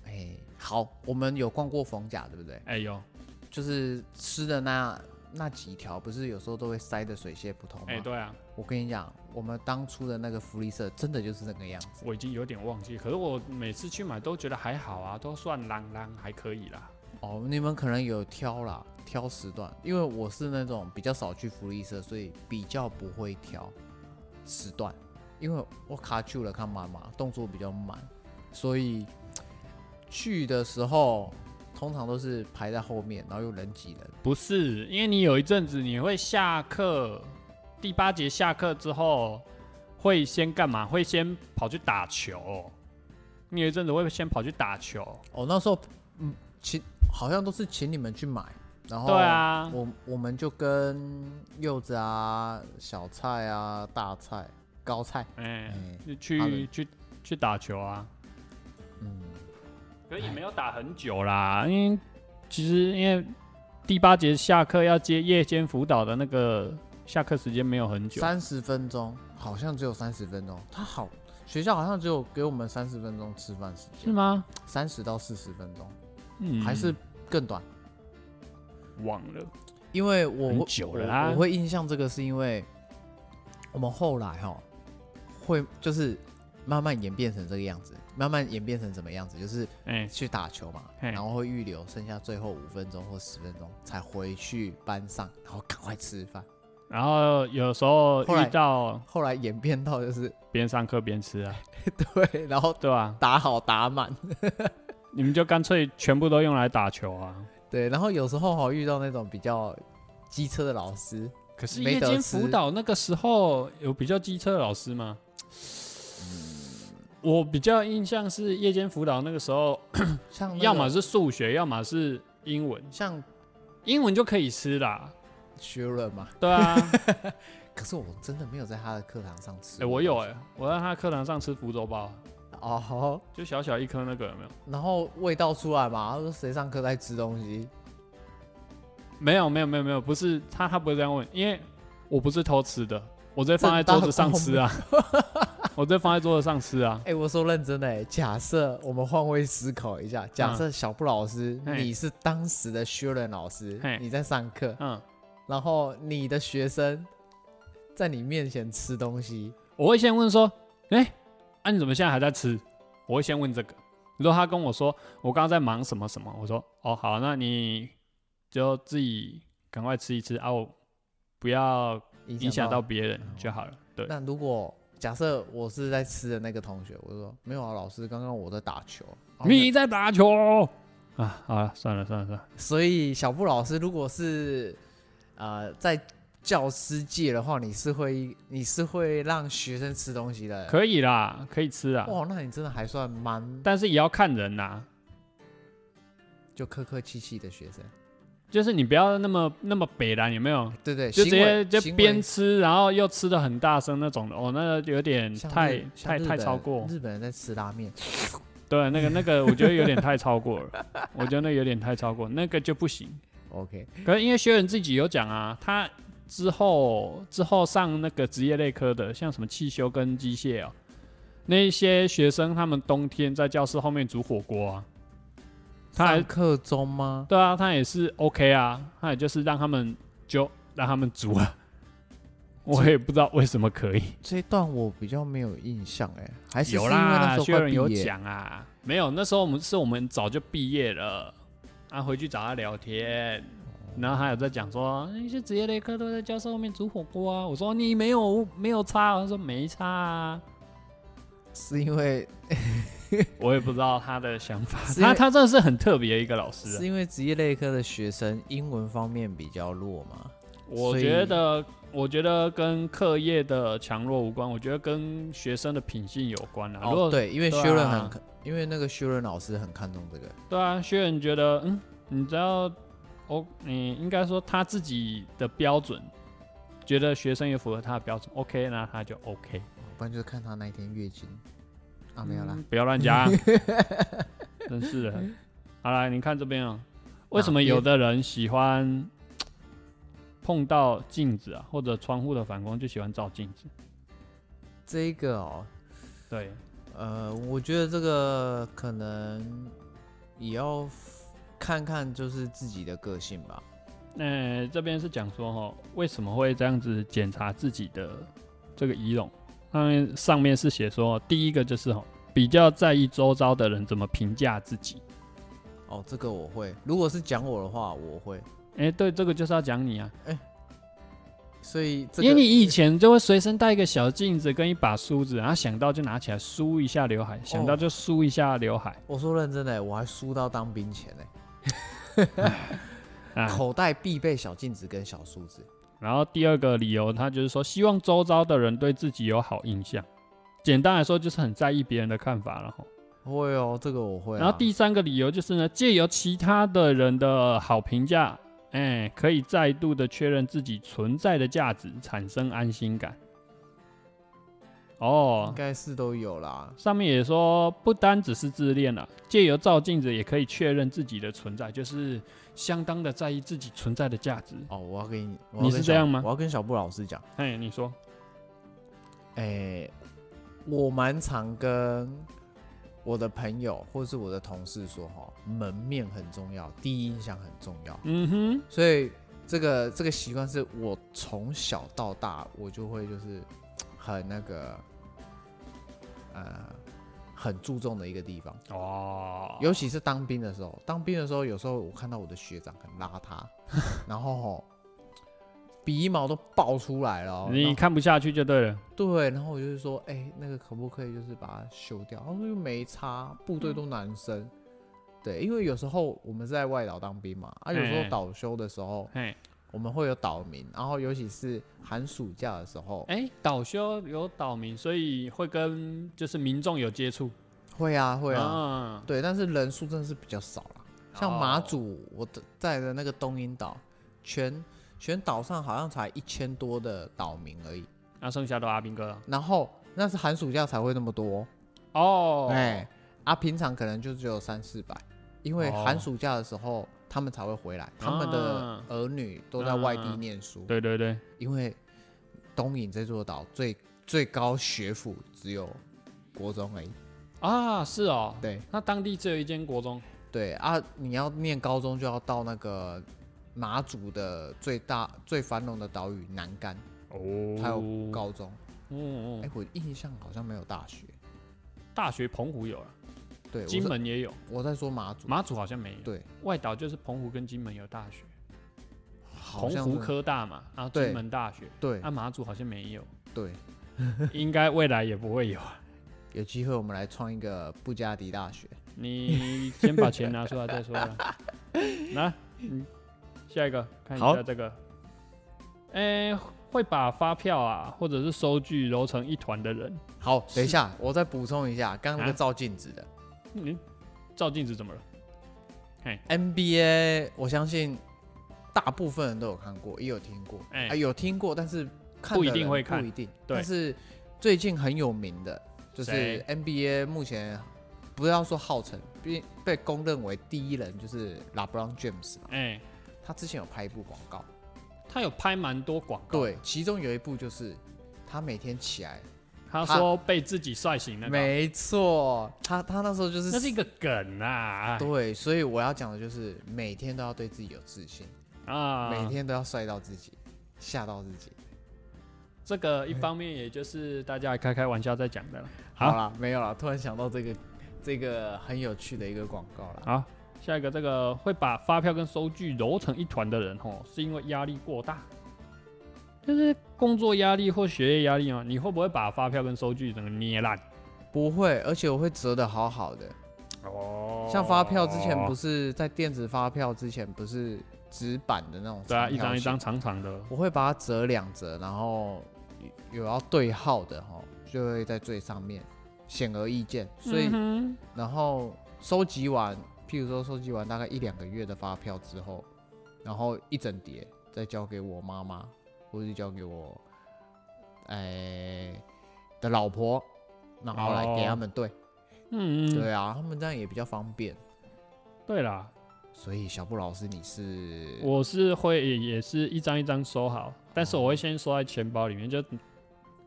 Speaker 2: 哎、好，我们有逛过逢甲，对不对？
Speaker 1: 哎、呦，
Speaker 2: 就是吃的那那几条，不是有时候都会塞的水泄不通吗？
Speaker 1: 哎、对啊，
Speaker 2: 我跟你讲，我们当初的那个福利社真的就是那个样子。
Speaker 1: 我已经有点忘记，可是我每次去买都觉得还好啊，都算朗朗还可以啦。
Speaker 2: 哦，你们可能有挑啦，挑时段，因为我是那种比较少去福利社，所以比较不会挑时段，因为我卡住了，看妈妈动作比较慢，所以去的时候通常都是排在后面，然后又人挤人。
Speaker 1: 不是，因为你有一阵子你会下课，第八节下课之后会先干嘛？会先跑去打球。你有一阵子会先跑去打球。
Speaker 2: 哦，那时候嗯，请好像都是请你们去买，然后
Speaker 1: 对啊，
Speaker 2: 我我们就跟柚子啊、小菜啊、大菜、高菜，
Speaker 1: 哎、
Speaker 2: 嗯
Speaker 1: 就
Speaker 2: 他
Speaker 1: 去
Speaker 2: 们
Speaker 1: 去去打球啊。
Speaker 2: 嗯，
Speaker 1: 可也没有打很久啦，因为其实因为第八节下课要接夜间辅导的那个下课时间没有很久，
Speaker 2: 三十分钟，好像只有三十分钟。他好，学校好像只有给我们三十分钟吃饭时
Speaker 1: 是
Speaker 2: 间，
Speaker 1: 吗？
Speaker 2: 三十到四十分钟，
Speaker 1: 嗯，
Speaker 2: 还是更短。
Speaker 1: 忘了。
Speaker 2: 因为我
Speaker 1: 很
Speaker 2: 会
Speaker 1: 久
Speaker 2: 我
Speaker 1: 了啊啦
Speaker 2: 我会印象这个是因为我们后来哈会就是慢慢演变成这个样子，慢慢演变成什么样子，就是
Speaker 1: 哎、
Speaker 2: 去打球嘛，
Speaker 1: 嘿
Speaker 2: 然后会预留剩下最后五分钟或十分钟才回去班上，然后赶快吃饭。
Speaker 1: 然后有时候
Speaker 2: 后来
Speaker 1: 遇到
Speaker 2: 后来演变到就是
Speaker 1: 边上课边吃啊，
Speaker 2: 对，然后
Speaker 1: 对吧、
Speaker 2: 打好打满，
Speaker 1: 你们就干脆全部都用来打球啊。
Speaker 2: 对，然后有时候哈遇到那种比较机车的老师，
Speaker 1: 可是
Speaker 2: 没
Speaker 1: 夜
Speaker 2: 得
Speaker 1: 间
Speaker 2: 吃
Speaker 1: 辅导那个时候有比较机车的老师吗？我比较印象是夜间辅导那个时候，
Speaker 2: 像那个、
Speaker 1: 要么是数学，要么是英文，
Speaker 2: 像
Speaker 1: 英文就可以吃啦。
Speaker 2: 学伦嘛，
Speaker 1: 对啊，
Speaker 2: 可是我真的没有在他的课堂上吃
Speaker 1: 哎、
Speaker 2: 过东西。
Speaker 1: 我有哎、我在他课堂上吃福州包，
Speaker 2: 哦吼，
Speaker 1: 就小小一颗那个有没有？
Speaker 2: 然后味道出来嘛，他说谁上课在吃东西？
Speaker 1: 没有没有没有没有，不是他他不会这样问，因为我不是偷吃的，我直接放在
Speaker 2: 这大
Speaker 1: 桌子上吃啊，我直接放在桌子上吃啊。
Speaker 2: 哎、我说认真的、欸，假设我们换位思考一下，假
Speaker 1: 嗯
Speaker 2: 设小布老师、
Speaker 1: 嘿
Speaker 2: 你是当时的学人老师
Speaker 1: 嘿，
Speaker 2: 你在上课，
Speaker 1: 嗯，
Speaker 2: 然后你的学生在你面前吃东西，
Speaker 1: 我会先问说，哎、啊你怎么现在还在吃？我会先问这个。如果他跟我说我刚刚在忙什么什么，我说哦好，那你就自己赶快吃一吃啊，我不要影响到。别人就好了。对，
Speaker 2: 嗯那如果假设我是在吃的那个同学，我就说没有啊，老师，刚刚我在打球。哦
Speaker 1: 你在打球啊？好了，算了算了算了，
Speaker 2: 所以小布老师，如果是呃在教师界的话，你是会你是会让学生吃东西的。
Speaker 1: 可以啦，可以吃啊，
Speaker 2: 哇，那你真的还算蛮
Speaker 1: 但是也要看人呐、
Speaker 2: 就客客气气的学生，
Speaker 1: 就是你不要那么那么北蓝，有没有？
Speaker 2: 对对，
Speaker 1: 就直
Speaker 2: 行
Speaker 1: 接
Speaker 2: 为
Speaker 1: 就
Speaker 2: 行为
Speaker 1: 边吃，然后又吃的很大声那种的，哦，那有点
Speaker 2: 像
Speaker 1: 太
Speaker 2: 日像
Speaker 1: 太
Speaker 2: 日
Speaker 1: 太
Speaker 2: 本
Speaker 1: 超过，
Speaker 2: 日本人在吃拉面，
Speaker 1: 对，那个那个，我觉得有点太超过了，我觉得那有点太超过，那个就不行。
Speaker 2: OK，
Speaker 1: 可是因为薛仁自己有讲啊，他之后之后上那个职业类科的，像什么汽修跟机械哦、那一些学生他们冬天在教室后面煮火锅啊，他还
Speaker 2: 上课中吗？
Speaker 1: 对啊，他也是 OK 啊，他也就是让他们就让他们煮啊， 我也不知道为什么可以。
Speaker 2: 这一段我比较没有印象哎，还是是因
Speaker 1: 有
Speaker 2: 为那
Speaker 1: 啦，
Speaker 2: 时候
Speaker 1: 薛
Speaker 2: 快
Speaker 1: 仁有
Speaker 2: 毕业，
Speaker 1: 讲啊，没有，那时候我们是我们早就毕业了，啊，回去找他聊天，然后他有在讲说那些职业类科都在教室后面煮火锅啊，我说你没有没有差，他说没差啊，
Speaker 2: 是因为
Speaker 1: 我也不知道他的想法，
Speaker 2: 是因
Speaker 1: 他
Speaker 2: 为
Speaker 1: 他真的是很特别一个老师、啊
Speaker 2: 是，因为职业类科的学生英文方面比较弱嘛，
Speaker 1: 我
Speaker 2: 所以
Speaker 1: 觉得我觉得跟课业的强弱无关，我觉得跟学生的品性有关啊，如
Speaker 2: 哦
Speaker 1: 果
Speaker 2: 对，因为
Speaker 1: 对啊
Speaker 2: 修润很看，因为那个修润老师很看重这个，
Speaker 1: 对啊，薛仁觉得，嗯，你知道，哦，你应该说他自己的标准，觉得学生也符合他的标准，OK，那他就 OK。
Speaker 2: 不然就是看他那一天月经啊没有啦
Speaker 1: 嗯，不要乱 讲，真是的。好啦，你看这边啊、为什么有的人喜欢碰到镜子啊，或者窗户的反光就喜欢照镜子？
Speaker 2: 这一个哦，
Speaker 1: 对，
Speaker 2: 呃，我觉得这个可能也要看看就是自己的个性吧。
Speaker 1: 那、这边是讲说哈，为什么会这样子检查自己的这个仪容？上面上面是写说，第一个就是哈，比较在意周遭的人怎么评价自己。
Speaker 2: 哦，这个我会，如果是讲我的话，我会，
Speaker 1: 哎、对，这个就是要讲你啊，
Speaker 2: 所以这
Speaker 1: 因
Speaker 2: 个
Speaker 1: 为你以前就会随身带一个小镜子跟一把梳子，然后想到就拿起来梳一下刘海，想
Speaker 2: 哦
Speaker 1: 到就梳一下刘海、
Speaker 2: 我说认真的，我还输到当兵前呢、
Speaker 1: 啊。
Speaker 2: 口袋必备小镜子跟小梳子。
Speaker 1: 然后第二个理由，他就是说希望周遭的人对自己有好印象。简单来说，就是很在意别人的看法了吼。
Speaker 2: 会哦，这个我会啊、
Speaker 1: 然后第三个理由就是呢，借由其他的人的好评价，哎、可以再度的确认自己存在的价值，产生安心感。
Speaker 2: 应
Speaker 1: 哦，
Speaker 2: 该是都有啦。
Speaker 1: 上面也说，不单只是自恋了，借由照镜子也可以确认自己的存在，就是相当的在意自己存在的价值。
Speaker 2: 哦，我要跟你，我要
Speaker 1: 你
Speaker 2: 跟
Speaker 1: 是
Speaker 2: 小
Speaker 1: 这样吗
Speaker 2: 我要跟小布老师讲，
Speaker 1: 哎，你说，
Speaker 2: 哎、我蛮常跟我的朋友或是我的同事说，哈，门面很重要，第一印象很重要。
Speaker 1: 嗯哼，
Speaker 2: 所以这个这个习惯是我从小到大我就会就是很那个呃很注重的一个地方，
Speaker 1: 哦，
Speaker 2: 尤其是当兵的时候，当兵的时候有时候我看到我的学长很 邋遢，然后吼鼻毛都爆出来了哦、
Speaker 1: 你
Speaker 2: 然后
Speaker 1: 看不下去就对了。
Speaker 2: 对，然后我就是说，哎、那个可不可以就是把它修掉？他说又没差，部队都男生。
Speaker 1: 嗯
Speaker 2: 对，因为有时候我们是在外岛当兵嘛，啊，有时
Speaker 1: 哎
Speaker 2: 候倒休的时候，
Speaker 1: 嘿，
Speaker 2: 我们会有岛民，然后尤其是寒暑假的时候，
Speaker 1: 哎、导修有岛民，所以会跟就是民众有接触。
Speaker 2: 会啊会啊，
Speaker 1: 啊
Speaker 2: 对，但是人数真的是比较少啦。像马
Speaker 1: 哦
Speaker 2: 祖，我的在的那个东引岛，全全岛上好像才一千多的岛民而已，
Speaker 1: 那剩下都阿兵哥了。
Speaker 2: 然后那是寒暑假才会那么多，
Speaker 1: 哦，
Speaker 2: 哎、啊，平常可能就只有三四百，因为
Speaker 1: 哦
Speaker 2: 寒暑假的时候他们才会回来，他们的
Speaker 1: 啊
Speaker 2: 儿女都在外地
Speaker 1: 啊
Speaker 2: 念书，
Speaker 1: 对对对，
Speaker 2: 因为东引这座岛最最高学府只有国中而已。
Speaker 1: 啊，是哦，
Speaker 2: 对
Speaker 1: 那当地只有一间国中，
Speaker 2: 对啊，你要念高中就要到那个马祖的最大最繁荣的岛屿南竿，
Speaker 1: 哦
Speaker 2: 才有，高中。
Speaker 1: 嗯
Speaker 2: 哎、
Speaker 1: 嗯，
Speaker 2: 我印象好像没有大学。
Speaker 1: 大学澎湖有了，
Speaker 2: 对，我
Speaker 1: 金
Speaker 2: 在
Speaker 1: 门也有，
Speaker 2: 我在说马祖。
Speaker 1: 马祖好像没有，
Speaker 2: 对，
Speaker 1: 外岛就是澎湖跟金门有大学，
Speaker 2: 好
Speaker 1: 澎
Speaker 2: 像
Speaker 1: 湖
Speaker 2: 真的
Speaker 1: 科大嘛，啊，
Speaker 2: 对
Speaker 1: 金门大学，
Speaker 2: 对
Speaker 1: 啊，马祖好像没有，
Speaker 2: 对，
Speaker 1: 应该未来也不会有。啊
Speaker 2: 有机会我们来创一个布加迪大学。
Speaker 1: 你先把钱拿出来再说了。 来，嗯，下一个看一
Speaker 3: 好
Speaker 1: 下这个，哎、会把发票啊或者是收据揉成一团的人，
Speaker 2: 好，等一下，我再补充一下，刚刚那个
Speaker 1: 啊
Speaker 2: 照镜子的、
Speaker 1: 你嗯照镜子怎么了？
Speaker 2: 哦 NBA，我相信大部分人都有看过，也有听过，
Speaker 1: 哎
Speaker 2: 啊，有听过，但是看
Speaker 1: 不
Speaker 2: 的
Speaker 1: 一定
Speaker 2: 人
Speaker 1: 会看
Speaker 2: 不一定。
Speaker 1: 对
Speaker 2: 但是最近很有名的就是
Speaker 1: 谁
Speaker 2: NBA，目前不要说号称被被公认为第一人就是 LeBron James 嘛，
Speaker 1: 哎、
Speaker 2: 他之前有拍一部广告，
Speaker 1: 他有拍蛮多广告，，
Speaker 2: 对，其中有一部就是他每天起来，
Speaker 1: 他
Speaker 2: 他
Speaker 1: 说被自己帅醒那个，
Speaker 2: 没错，他他那时候就是
Speaker 1: 那是一个梗啊，
Speaker 2: 对，所以我要讲的就是每天都要对自己有自信，
Speaker 1: 啊，
Speaker 2: 每天都要帅到自己，吓到自己。
Speaker 1: 这个一方面也就是大家开开玩笑在讲的了。好
Speaker 2: 好啦，没有啦，突然想到这个这个很有趣的一个广告啦。
Speaker 1: 好，下一个这个会把发票跟收据揉成一团的人，吼，是因为压力过大，就是工作压力或学业压力嘛。你会不会把发票跟收据整个捏烂？
Speaker 2: 不会，而且我会折的好好的。
Speaker 1: 哦
Speaker 2: 像发票之前不
Speaker 1: 是
Speaker 2: 是在电子发票之前不是纸板的那种，
Speaker 1: 对啊，一张一张，长长的，
Speaker 2: 我会把它折两折，然后有有要对号的哈，就会在最上面，显而易见。所以
Speaker 1: 嗯
Speaker 2: 然后收集完，譬如说收集完大概一两个月的发票之后，然后一整叠再交给我妈妈，或者是交给我，哎、的老婆，然后来给他们对，
Speaker 1: 哼嗯嗯，
Speaker 2: 对啊，他们这样也比较方便。
Speaker 1: 对啦，
Speaker 2: 所以小布老师，你是
Speaker 1: 我是会也也是一张一张收好，但是我会先收在钱包里面，就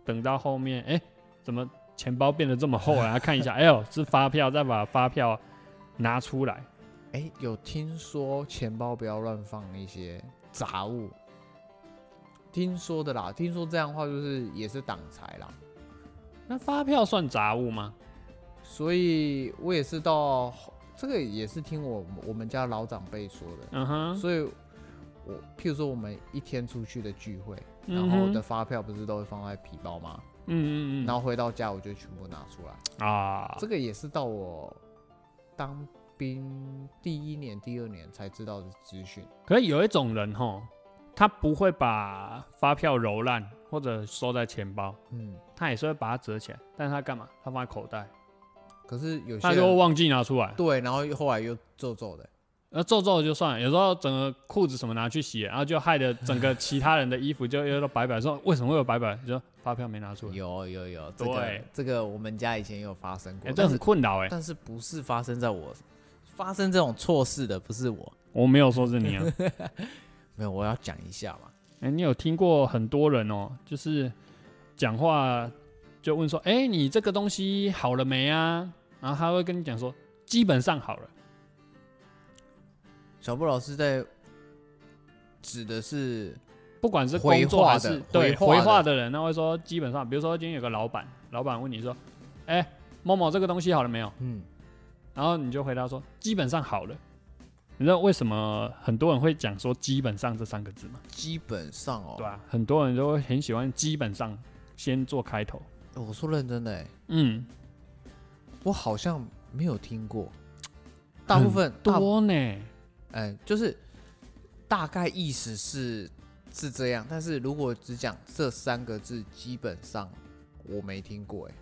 Speaker 1: 等到后面，哎、怎么钱包变得这么厚啊？然后 看一下，哎呦，是发票，再把发票拿出来。
Speaker 2: 哎、有听说钱包不要乱放一些杂物，听说的啦，听说这样的话就是也是挡财啦。
Speaker 1: 那发票算杂物吗？
Speaker 2: 所以我也是到后这个也是听我我们家老长辈说的，
Speaker 1: 嗯哼，
Speaker 2: 所以我譬如说我们一天出去的聚会，然
Speaker 1: 嗯
Speaker 2: 后
Speaker 1: 哼
Speaker 2: 我的发票不是都会放在皮包吗？
Speaker 1: 嗯嗯嗯，
Speaker 2: 然后回到家我就全部拿出来，
Speaker 1: 啊，
Speaker 2: 这个也是到我当兵第一年、第二年才知道的资讯。
Speaker 1: 可是有一种人吼，他不会把发票揉烂或者收在钱包，
Speaker 2: 嗯，
Speaker 1: 他也是会把它折起来，但是他干嘛？他放在口袋，
Speaker 2: 可是有些
Speaker 1: 他就
Speaker 2: 人
Speaker 1: 忘记拿出来。
Speaker 2: 对，然后后来又皱皱的，
Speaker 1: 那呃皱皱的就算了，有时候整个裤子什么拿去洗，然后就害得整个其他人的衣服就又都白白。说为什么会有白白？就说发票没拿出来，
Speaker 2: 有有有，这个
Speaker 1: 对
Speaker 2: 这个我们家以前也有发生过，
Speaker 1: 哎，这
Speaker 2: 但是
Speaker 1: 很困扰哎。
Speaker 2: 但是不是发生在我发生这种错事的不是我，
Speaker 1: 我没有说是 你啊，
Speaker 2: 没有，我要讲一下嘛。
Speaker 1: 哎、你有听过很多人哦，就是讲话就问说，哎、你这个东西好了没啊？然后他会跟你讲说，基本上好了。
Speaker 2: 小布老师在指的是
Speaker 1: 不管是
Speaker 2: 回
Speaker 1: 工作
Speaker 2: 话
Speaker 1: 还是
Speaker 2: 的
Speaker 1: 对
Speaker 2: 回话的
Speaker 1: 话的人，那会说基本上，比如说今天有个老板，老板问你说，哎、某某这个东西好了没有？
Speaker 2: 嗯，
Speaker 1: 然后你就回答说，基本上好了。你知道为什么很多人会讲说“基本上”这三个字吗？
Speaker 2: 基本上哦，
Speaker 1: 对啊吧、很多人都会很喜欢“基本上”先做开头。
Speaker 2: 欸我说认真的、欸，
Speaker 1: 嗯，
Speaker 2: 我好像没有听过，大部分大
Speaker 1: 嗯多呢。
Speaker 2: 哎、就是大概意思是是这样，但是如果只讲这三个字，基本上我没听过、欸，哎，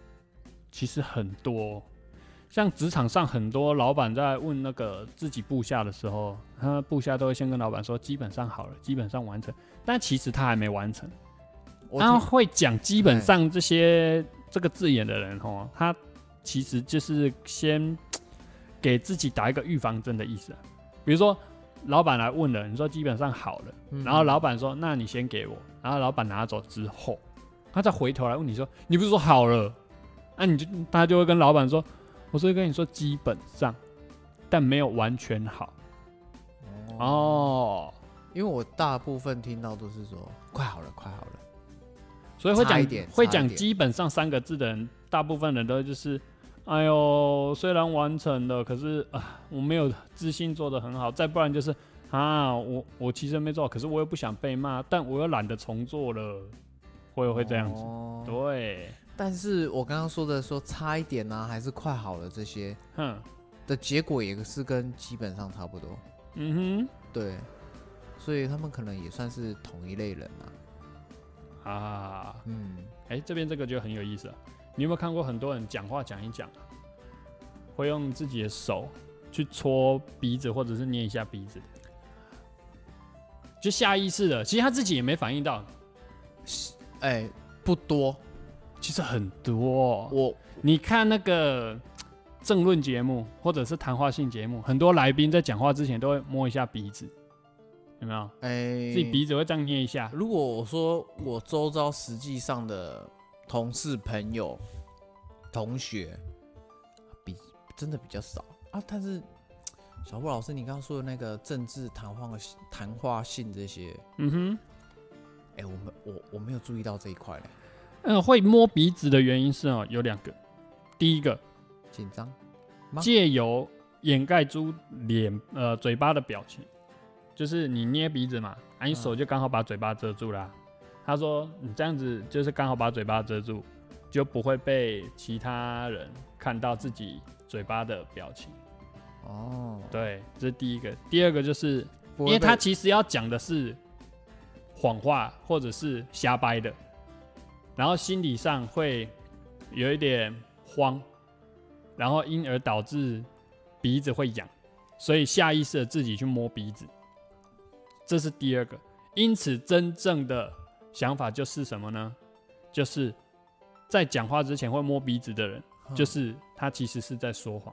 Speaker 1: 其实很多，像职场上很多老板在问那个自己部下的时候，他部下都会先跟老板说基本上好了，基本上完成，但其实他还没完成。
Speaker 2: 我
Speaker 1: 然后
Speaker 2: 听哎
Speaker 1: 会讲基本上这些这个字眼的人哦，他其实就是先给自己打一个预防针的意思啊、比如说老板来问了，你说基本上好了。
Speaker 2: 嗯
Speaker 1: 然后老板说：“那你先给我。”然后老板拿走之后，他再回头来问你说：“你不是说好了？”那、你就他就会跟老板说：“我是跟你说基本上，但没有完全好哦。
Speaker 2: 嗯因为我大部分听到都是说快好了，快好了，
Speaker 1: 所以会
Speaker 2: 差
Speaker 1: 讲
Speaker 2: 一点
Speaker 1: 会
Speaker 2: 差一
Speaker 1: 讲
Speaker 2: 点
Speaker 1: 基本上三个字的人，大部分人都就是，哎呦，虽然完成了，可是啊、我没有自信做得很好。再不然就是啊，我我其实没做好，可是我又不想被骂，但我又懒得重做了，会会这样子。
Speaker 2: 哦
Speaker 1: 对，
Speaker 2: 但是我刚刚说的说差一点呢、还是快好了这些
Speaker 1: 哼，
Speaker 2: 的结果也是跟基本上差不多，
Speaker 1: 嗯
Speaker 2: 对，所以他们可能也算是同一类人嘛。
Speaker 1: 哼，啊，
Speaker 2: 嗯，
Speaker 1: 哎、这边这个就很有意思了。你有没有看过很多人讲话讲一讲，会用自己的手去搓鼻子，或者是捏一下鼻子，就下意识的，其实他自己也没反应到，
Speaker 2: 哎、不多，
Speaker 1: 其实很多哦、
Speaker 2: 我
Speaker 1: 你看那个政论节目或者是谈话性节目，很多来宾在讲话之前都会摸一下鼻子，有没有？
Speaker 2: 哎、
Speaker 1: 自己鼻子会这样捏一下，
Speaker 2: 如果我说我周遭实际上的同事、朋友、同学，比真的比较少啊。但是小布老师，你刚刚说的那个政治谈话的谈话性这些，
Speaker 1: 嗯哼。
Speaker 2: 哎、我们我我没有注意到这一块嘞，
Speaker 1: 嗯，会摸鼻子的原因是哦，有两个。第一个，
Speaker 2: 紧张吗
Speaker 1: 借由掩盖住脸呃嘴巴的表情，就是你捏鼻子嘛，啊，
Speaker 2: 嗯
Speaker 1: 你手就刚好把嘴巴遮住啦、他说你这样子就是刚好把嘴巴遮住，就不会被其他人看到自己嘴巴的表情。
Speaker 2: 哦，
Speaker 1: 对，这是第一个。第二个就是，
Speaker 2: 不
Speaker 1: 因
Speaker 2: 会
Speaker 1: 为
Speaker 2: 被
Speaker 1: 他其实要讲的是谎话或者是瞎掰的，然后心理上会有一点慌，然后因而导致鼻子会痒，所以下意识的自己去摸鼻子，这是第二个。因此，真正的想法就是什么呢？就是在讲话之前会摸鼻子的人，
Speaker 2: 哼
Speaker 1: 就是他其实是在说谎。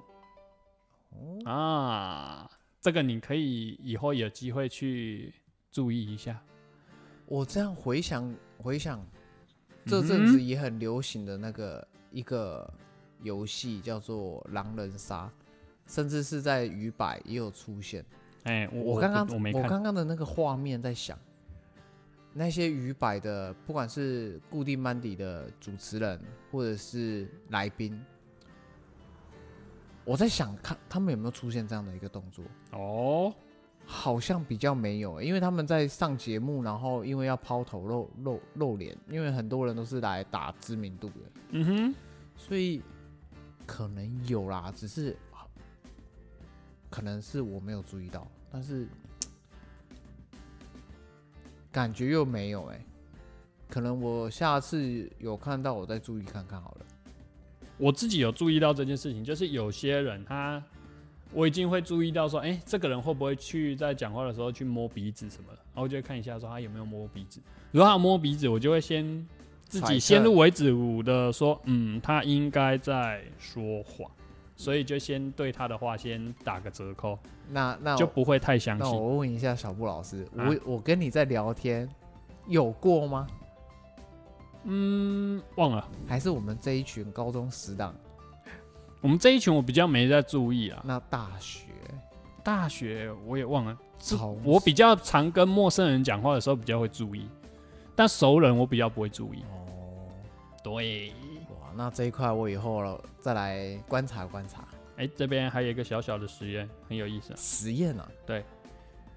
Speaker 2: 哦
Speaker 1: 啊，这个你可以以后有机会去注意一下。
Speaker 2: 我这样回想回想，这阵子也很流行的那个、一个游戏叫做狼人杀，甚至是在鱼摆也有出现。
Speaker 1: 哎、我
Speaker 2: 我刚刚
Speaker 1: 不我没
Speaker 2: 我
Speaker 1: 看，
Speaker 2: 刚刚的那个画面在想，那些鱼摆的，不管是固定班底的主持人或者是来宾，我在想看他们有没有出现这样的一个动作，
Speaker 1: 哦，
Speaker 2: 好像比较没有欸、因为他们在上节目，然后因为要抛头露露露脸，因为很多人都是来打知名度的，
Speaker 1: 嗯哼，
Speaker 2: 所以可能有啦，只是啊可能是我没有注意到，但是感觉又没有哎、可能我下次有看到，我再注意看看好了。
Speaker 1: 我自己有注意到这件事情，就是有些人他，我已经会注意到说，哎、这个人会不会去在讲话的时候去摸鼻子什么的，然后我就会看一下说他有没有摸鼻子。如果他有摸鼻子，我就会先自
Speaker 2: 揣
Speaker 1: 己
Speaker 2: 测
Speaker 1: 先入为主的说，嗯，他应该在说谎，所以就先对他的话先打个折扣，
Speaker 2: 那那
Speaker 1: 就
Speaker 2: 我
Speaker 1: 不会太相
Speaker 2: 那
Speaker 1: 信。
Speaker 2: 我问一下小布老师，
Speaker 1: 啊
Speaker 2: 我我跟你在聊天，有过吗？
Speaker 1: 嗯，忘了。
Speaker 2: 还是我们这一群高中死党？
Speaker 1: 我们这一群我比较没在注意啊，
Speaker 2: 那大学
Speaker 1: 大学我也忘了，是
Speaker 2: 超
Speaker 1: 我比较常跟陌生人讲话的时候比较会注意，但熟人我比较不会注意。
Speaker 2: 哦，
Speaker 1: 对，
Speaker 2: 哇，那这一块我以后了再来观察观察
Speaker 1: 哎、这边还有一个小小的实验，很有意思、啊。
Speaker 2: 实验啊。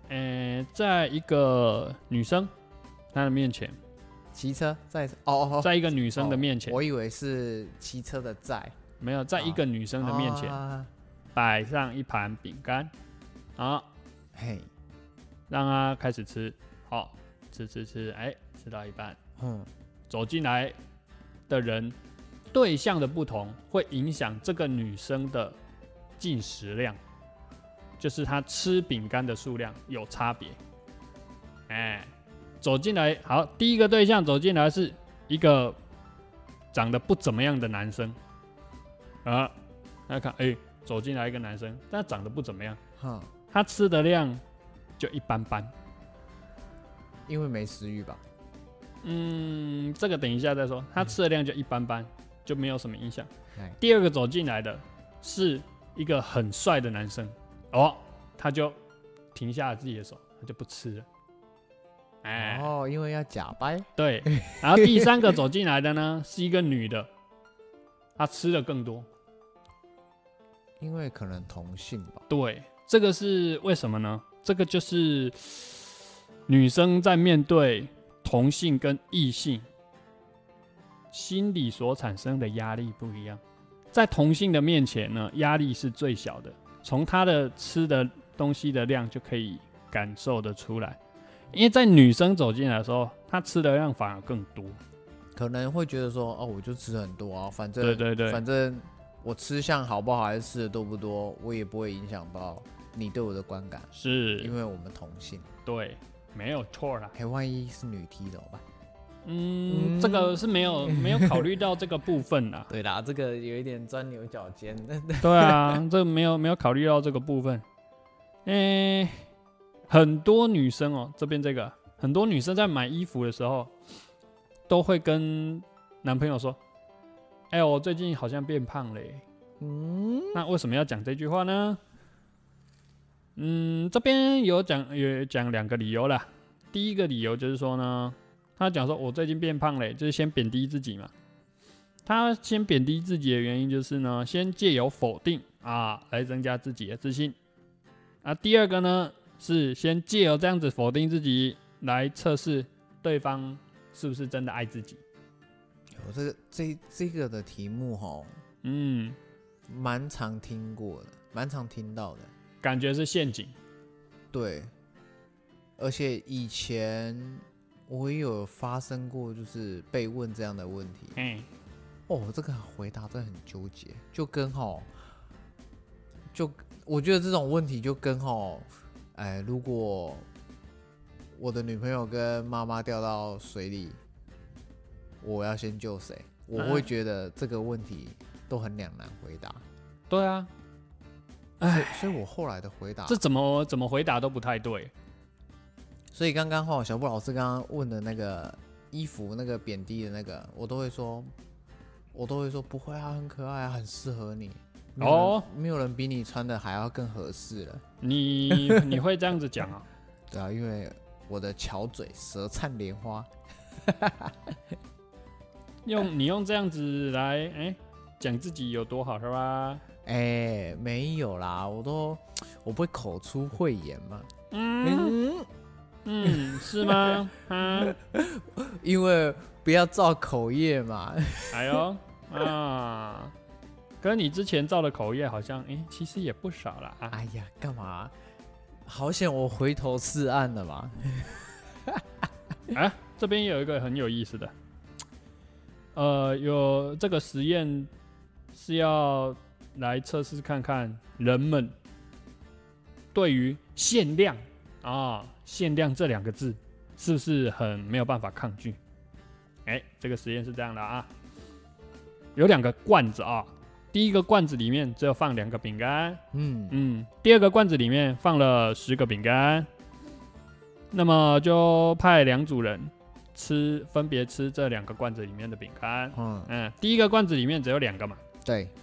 Speaker 1: 嗯、在一个女生她的面前，
Speaker 2: 骑车在哦哦，哦
Speaker 1: 在一个女生的面前，
Speaker 2: 我以为是骑车的在
Speaker 1: 没有，在一个女生的面前
Speaker 2: 啊
Speaker 1: 摆上一盘饼干，好，
Speaker 2: 嘿，
Speaker 1: 让她开始吃，好，吃吃吃，哎、吃到一半。
Speaker 2: 嗯，
Speaker 1: 走进来的人对象的不同，会影响这个女生的进食量，就是她吃饼干的数量有差别。哎，走进来，好，第一个对象走进来是一个长得不怎么样的男生，啊，那看，哎，走进来一个男生，但他长得不怎么样，
Speaker 2: 哼，
Speaker 1: 他吃的量就一般般。
Speaker 2: 因为没食欲吧？
Speaker 1: 嗯，这个等一下再说。他吃的量就一般般，就没有什么影响
Speaker 2: 哎。
Speaker 1: 第二个走进来的是一个很帅的男生，哦，他就停下了自己的手，他就不吃了。哎，
Speaker 2: 哦，因为要假掰，
Speaker 1: 对。然后第三个走进来的呢是一个女的，她吃的更多。
Speaker 2: 因为可能同性吧。
Speaker 1: 对，这个是为什么呢？这个就是女生在面对同性跟异性心理所产生的压力不一样。在同性的面前呢，压力是最小的，从她的吃的东西的量就可以感受得出来。因为在女生走进来的时候，她吃的量反而更多。
Speaker 2: 可能会觉得说，哦，我就吃很多啊，反正
Speaker 1: 对对对，
Speaker 2: 反正我吃相好不好还是吃的多不多，我也不会影响到你对我的观感，
Speaker 1: 是
Speaker 2: 因为我们同性。
Speaker 1: 对，没有错啦。
Speaker 2: 哎、万一是女 T 怎么办？
Speaker 1: 嗯，
Speaker 2: 嗯。
Speaker 1: 这个是没有没有考虑到这个部分啦
Speaker 2: 对啦，这个有一点钻牛角尖。
Speaker 1: 对啊，这个没有没有考虑到这个部分。诶、很多女生哦、这边这个很多女生在买衣服的时候，都会跟男朋友说：“哎、我最近好像变胖嘞、
Speaker 2: 嗯，
Speaker 1: 那为什么要讲这句话呢？嗯，这边有讲有讲两个理由啦。第一个理由就是说呢，他讲说我最近变胖嘞，就是先贬低自己嘛。他先贬低自己的原因就是呢，先借由否定啊来增加自己的自信。啊，第二个呢是先借由这样子否定自己来测试对方是不是真的爱自己。
Speaker 2: 我这个这这个的题目哈，
Speaker 1: 嗯，
Speaker 2: 蛮常听过的，蛮常听到的。
Speaker 1: 感觉是陷阱。
Speaker 2: 对，而且以前我也有发生过，就是被问这样的问题。
Speaker 1: 哎、
Speaker 2: 哦，这个回答真的很纠结，就跟吼，就我觉得这种问题就跟吼，哎，如果我的女朋友跟妈妈掉到水里，我要先救谁？我会
Speaker 1: 嗯
Speaker 2: 觉得这个问题都很两难回答，
Speaker 1: 对啊，
Speaker 2: 所以所以我后来的回答
Speaker 1: 这怎么怎么回答都不太对。
Speaker 2: 所以刚刚哈，小布老师刚刚问的那个衣服那个贬低的那个，我都会说，我都会说不会啊，很可爱啊，很适合你。没有人
Speaker 1: 哦，
Speaker 2: 没有人比你穿的还要更合适了，
Speaker 1: 你你会这样子讲啊？
Speaker 2: 对啊，因为我的巧嘴舌灿莲花，
Speaker 1: 用你用这样子来哎讲、自己有多好是吧？
Speaker 2: 哎、没有啦，我都我不会口出秽言嘛，
Speaker 1: 嗯嗯，是吗？啊，
Speaker 2: 因为不要造口业嘛，
Speaker 1: 哎呦啊，跟你之前造的口业好像哎、其实也不少啦啊。
Speaker 2: 哎呀，干嘛？好险我回头是岸了嘛，
Speaker 1: 啊，这边有一个很有意思的，呃，有这个实验是要来测试看看人们对于“限量”啊“限量”这两个字是不是很没有办法抗拒。哎、这个实验是这样的啊，有两个罐子啊，第一个罐子里面只有放两个饼干，
Speaker 2: 嗯，
Speaker 1: 嗯，第二个罐子里面放了十个饼干，那么就派两组人吃，分别吃这两个罐子里面的饼干。
Speaker 2: 嗯，
Speaker 1: 嗯，第一个罐子里面只有两个嘛，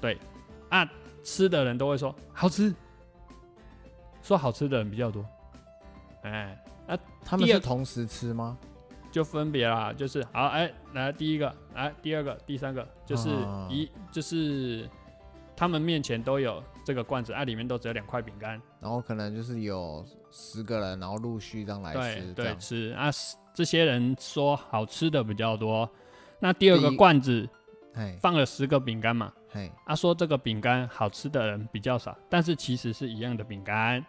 Speaker 2: 对，
Speaker 1: 啊，吃的人都会说好吃，说好吃的人比较多。哎，
Speaker 2: 他们
Speaker 1: 第
Speaker 2: 是
Speaker 1: 二
Speaker 2: 同时吃吗？
Speaker 1: 就分别啦，就是好，哎，来第一个，来第二个，第三个，就是
Speaker 2: 啊
Speaker 1: 一、就是他们面前都有这个罐子，啊，里面都只有两块饼干。
Speaker 2: 然后可能就是有十个人，然后陆续这样来
Speaker 1: 对
Speaker 2: 吃，这
Speaker 1: 对
Speaker 2: 样
Speaker 1: 吃啊，是这些人说好吃的比较多。那第二个
Speaker 2: 第一
Speaker 1: 罐子
Speaker 2: 嘿，
Speaker 1: 放了十个饼干嘛，
Speaker 2: 嘿，
Speaker 1: 啊，说这个饼干好吃的人比较少，但是其实是一样的饼干。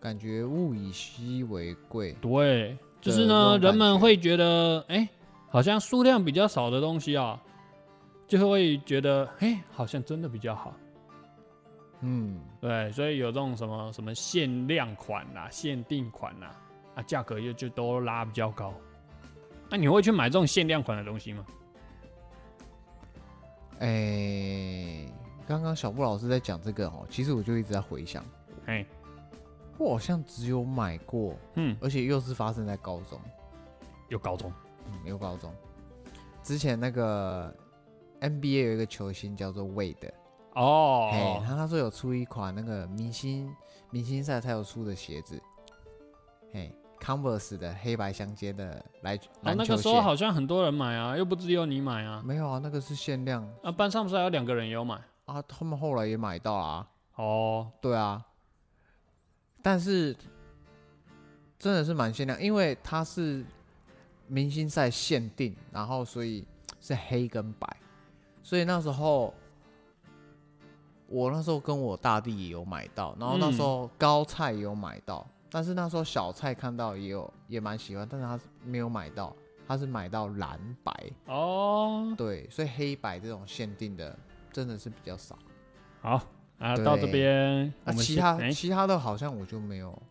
Speaker 2: 感觉物以稀为贵，
Speaker 1: 对，就是
Speaker 2: 对那
Speaker 1: 呢，
Speaker 2: 种
Speaker 1: 人们
Speaker 2: 感觉
Speaker 1: 会觉得，哎、好像数量比较少的东西啊、就会觉得，哎、好像真的比较好。
Speaker 2: 嗯，
Speaker 1: 对，所以有这种什么什么限量款啦、限定款啦，啊，价格又就都拉比较高。那、你会去买这种限量款的东西吗？
Speaker 2: 哎、刚刚小布老师在讲这个哦，其实我就一直在回想，
Speaker 1: 哎，
Speaker 2: 我好像只有买过，
Speaker 1: 嗯，
Speaker 2: 而且又是发生在高中，
Speaker 1: 有高中，
Speaker 2: 嗯，有高中，之前那个 NBA 有一个球星叫做 Wade，哎，
Speaker 1: 哦，
Speaker 2: 他那时候有出一款那个明星明星赛才有出的鞋子，哎，Converse 的黑白相间的篮
Speaker 1: 哦，
Speaker 2: 篮
Speaker 1: 那
Speaker 2: 球
Speaker 1: 个
Speaker 2: 鞋
Speaker 1: 时，候好像很多人买啊，又不只有你买啊，
Speaker 2: 没有啊，那个是限量
Speaker 1: 啊，班上不是还有两个人也有买？
Speaker 2: 啊啊，他们后来也买到啦、
Speaker 1: 哦，
Speaker 2: 对啊，但是真的是蛮限量，因为它是明星赛限定，然后所以是黑跟白，所以那时候我那时候跟我大弟也有买到，然后那时候高菜也有买到，但是那时候小菜看到也有也蛮喜欢，但是他没有买到，他是买到蓝白，
Speaker 1: 哦，
Speaker 2: 对，所以黑白这种限定的真的是比较少。
Speaker 1: 好啊，
Speaker 2: 对
Speaker 1: 到这边我
Speaker 2: 啊，
Speaker 1: 们
Speaker 2: 其
Speaker 1: 先
Speaker 2: 他
Speaker 1: 哎
Speaker 2: 其他的好像我就没有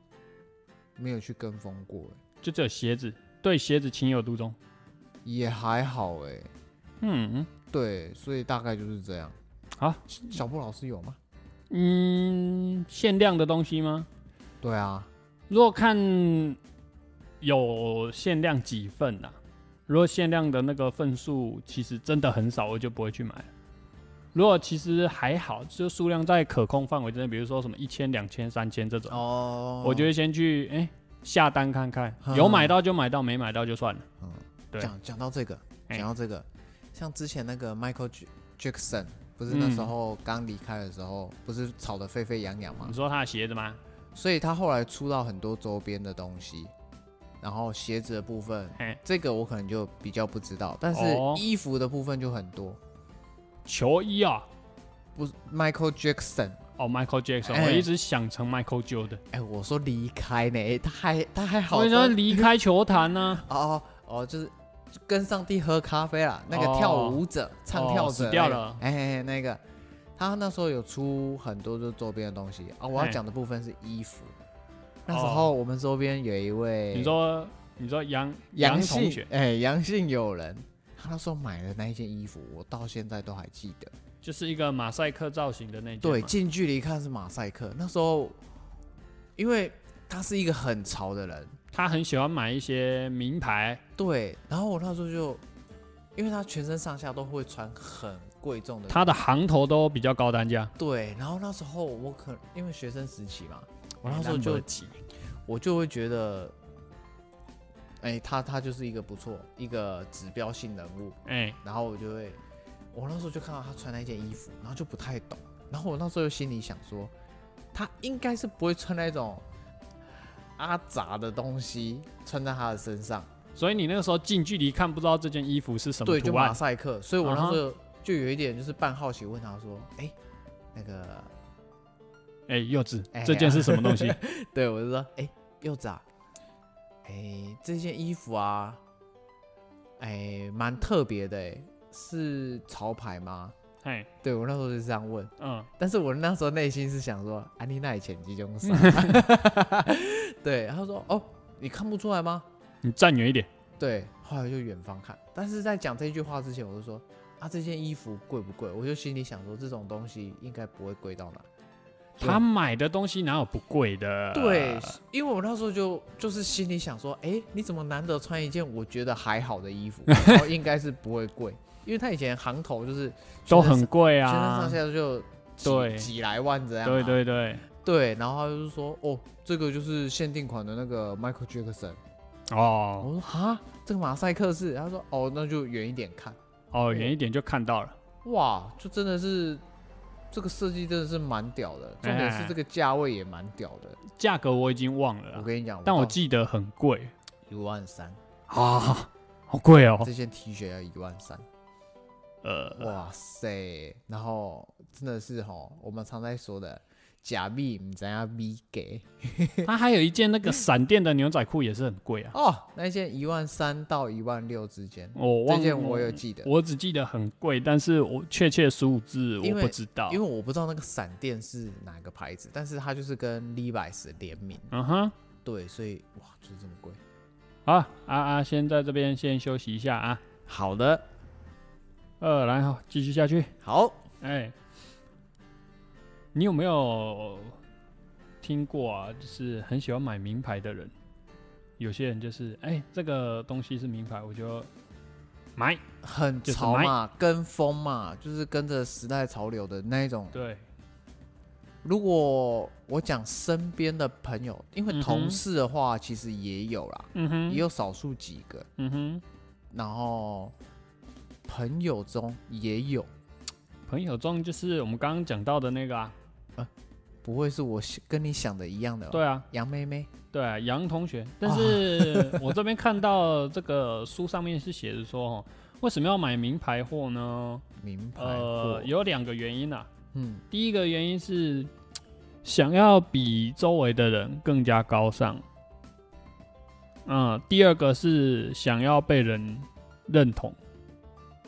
Speaker 2: 没有去跟风过，
Speaker 1: 就只有鞋子，对鞋子情有独钟。
Speaker 2: 也还好哎。
Speaker 1: 嗯
Speaker 2: 对，所以大概就是这样。
Speaker 1: 好，
Speaker 2: 小布老师有吗？
Speaker 1: 嗯，限量的东西吗？
Speaker 2: 对啊，
Speaker 1: 如果看有限量几份呐、如果限量的那个份数其实真的很少，我就不会去买了。如果其实还好，就数量在可控范围之内，比如说什么一千、两千、三千这种，
Speaker 2: 哦
Speaker 1: 我觉得先去哎、下单看看，
Speaker 2: 哼
Speaker 1: 有买到就买到，没买到就算了。对
Speaker 2: 讲讲到这个，
Speaker 1: 哎
Speaker 2: 讲到这个，像之前那个 Michael J- Jackson，不是
Speaker 1: 嗯
Speaker 2: 那时候刚离开的时候，不是吵得沸沸扬扬吗
Speaker 1: 你？说他的鞋子吗？
Speaker 2: 所以他后来出到很多周边的东西，然后鞋子的部分，
Speaker 1: 哎，
Speaker 2: 这个我可能就比较不知道，但是
Speaker 1: 哦
Speaker 2: 衣服的部分就很多。
Speaker 1: 球衣啊、
Speaker 2: 不是 Michael Jackson，
Speaker 1: 哦，Michael Jackson，、
Speaker 2: 哎
Speaker 1: 我一直想成 Michael Jordan，
Speaker 2: 哎、我说离开呢，哎他还他还好
Speaker 1: 我
Speaker 2: 多，
Speaker 1: 想离开球坛啊呢、
Speaker 2: 哦哦，就是跟上帝喝咖啡啦，那个
Speaker 1: 哦
Speaker 2: 跳舞者、唱跳
Speaker 1: 哦
Speaker 2: 者、
Speaker 1: 死掉
Speaker 2: 那个
Speaker 1: 了
Speaker 2: 哎、哎那个他那时候有出很多就周边的东西啊。我要
Speaker 1: 嘿哦
Speaker 2: 讲的部分是衣服，那时候我们周边有一位
Speaker 1: 你说，你说杨
Speaker 2: 杨
Speaker 1: 同
Speaker 2: 姓
Speaker 1: 学，
Speaker 2: 哎杨姓友人，他那时候买的那一件衣服，我到现在都还记得。
Speaker 1: 就是一个马赛克造型的那件
Speaker 2: 对，
Speaker 1: 嘛
Speaker 2: 近距离看是马赛克，那时候因为他是一个很潮的人，
Speaker 1: 他很喜欢买一些名牌，
Speaker 2: 对，然后我那时候就，因为他全身上下都会穿很贵重的，
Speaker 1: 他的行头都比较高单价。
Speaker 2: 对，然后那时候我可因为学生时期嘛，我那时候
Speaker 1: 哎
Speaker 2: 就
Speaker 1: 兰博基
Speaker 2: 我就会觉得，哎、他他就是一个不错一个指标性人物，
Speaker 1: 哎，
Speaker 2: 然后我就会，我那时候就看到他穿那件衣服，然后就不太懂，然后我那时候就心里想说，他应该是不会穿那种阿杂的东西穿在他的身上。
Speaker 1: 所以你那个时候近距离看不知道这件衣服是什么
Speaker 2: 对，就
Speaker 1: 图
Speaker 2: 马
Speaker 1: 案，
Speaker 2: 赛克，所以我那
Speaker 1: 啊哈
Speaker 2: 时候就有一点就是半好奇问他说：“哎、那个，
Speaker 1: 哎，柚子
Speaker 2: 哎呀
Speaker 1: 这件是什么东 西？
Speaker 2: 对我就说，哎、柚子啊，哎、这件衣服啊，哎、蛮特别的、哎，是潮牌吗
Speaker 1: 哎，？”
Speaker 2: 对我那时候就这样问，
Speaker 1: 嗯，
Speaker 2: 但是我那时候内心是想说：“啊安妮娜以前集中啊 对，他说：“哦，你看不出来吗？”
Speaker 1: 你站远一点。
Speaker 2: 对，后来就远方看。但是在讲这句话之前，我就说啊，这件衣服贵不贵？我就心里想说，这种东西应该不会贵到哪。对
Speaker 1: 他买的东西哪有不贵的？
Speaker 2: 对，因为我那时候就就是心里想说，哎、你怎么难得穿一件我觉得还好的 衣服，然后应该是不会贵，因为他以前行头就是
Speaker 1: 都
Speaker 2: 全身
Speaker 1: 很贵
Speaker 2: 上全身
Speaker 1: 啊
Speaker 2: 上。下就几
Speaker 1: 对
Speaker 2: 几来万这样、啊。
Speaker 1: 对对对，
Speaker 2: 对，然后他就是说，哦，这个就是限定款的那个 Michael Jackson。
Speaker 1: 哦
Speaker 2: 我说哈，这个马赛克是？他说哦，那就远一点看。
Speaker 1: 哦，远一点就看到了。
Speaker 2: 哇，就真的是这个设计真的是蛮屌的，
Speaker 1: 哎
Speaker 2: 重点是这个价位也蛮屌的。
Speaker 1: 价格我已经忘了
Speaker 2: 我
Speaker 1: 啦，
Speaker 2: 跟你讲，
Speaker 1: 哎但我记得很贵
Speaker 2: 一万三，
Speaker 1: 啊，好贵哦。
Speaker 2: 这件 T 恤要一万三，
Speaker 1: 呃，
Speaker 2: 哇塞！然后真的是吼，我们常在说的假币，你怎样币给
Speaker 1: 他还有一件那个闪电的牛仔裤也是很贵啊，
Speaker 2: 哦？那件一万三到一万六之间，
Speaker 1: 我
Speaker 2: 这
Speaker 1: 忘
Speaker 2: 件我有记得，
Speaker 1: 我只记得很贵，但是我确切数字我
Speaker 2: 因为
Speaker 1: 不知道
Speaker 2: 因为。我不知道那个闪电是哪个牌子，但是它就是跟 Levi's 联名，
Speaker 1: 嗯哼，
Speaker 2: 对，所以哇，就是这么贵。
Speaker 1: 好啊啊，先在这边先休息一下啊，
Speaker 2: 好的，
Speaker 1: 呃，然后继续下去。
Speaker 2: 好，
Speaker 1: 哎，你有没有听过啊？就是很喜欢买名牌的人，有些人就是哎，这个东西是名牌，我就买。
Speaker 2: 很
Speaker 1: 就是
Speaker 2: 潮
Speaker 1: 买
Speaker 2: 嘛，跟风嘛，就是跟着时代潮流的那一种。
Speaker 1: 对，
Speaker 2: 如果我讲身边的朋友，因为
Speaker 1: 嗯哼
Speaker 2: 同事的话，其实也有啦，
Speaker 1: 嗯
Speaker 2: 也
Speaker 1: 哼，
Speaker 2: 有少数几个，
Speaker 1: 嗯哼，
Speaker 2: 然后朋友中也有。
Speaker 1: 朋友中就是我们刚刚讲到的那个啊，
Speaker 2: 不会是我想跟你想的一样的吧？
Speaker 1: 对啊，
Speaker 2: 杨妹妹，
Speaker 1: 对啊，杨同学，但是
Speaker 2: 啊
Speaker 1: 我这边看到这个书上面是写着说，哦，为什么要买名牌货呢？
Speaker 2: 名牌货
Speaker 1: 呃，，有两个原因啊。
Speaker 2: 嗯，
Speaker 1: 第一个原因是想要比周围的人更加高尚，嗯，第二个是想要被人认同，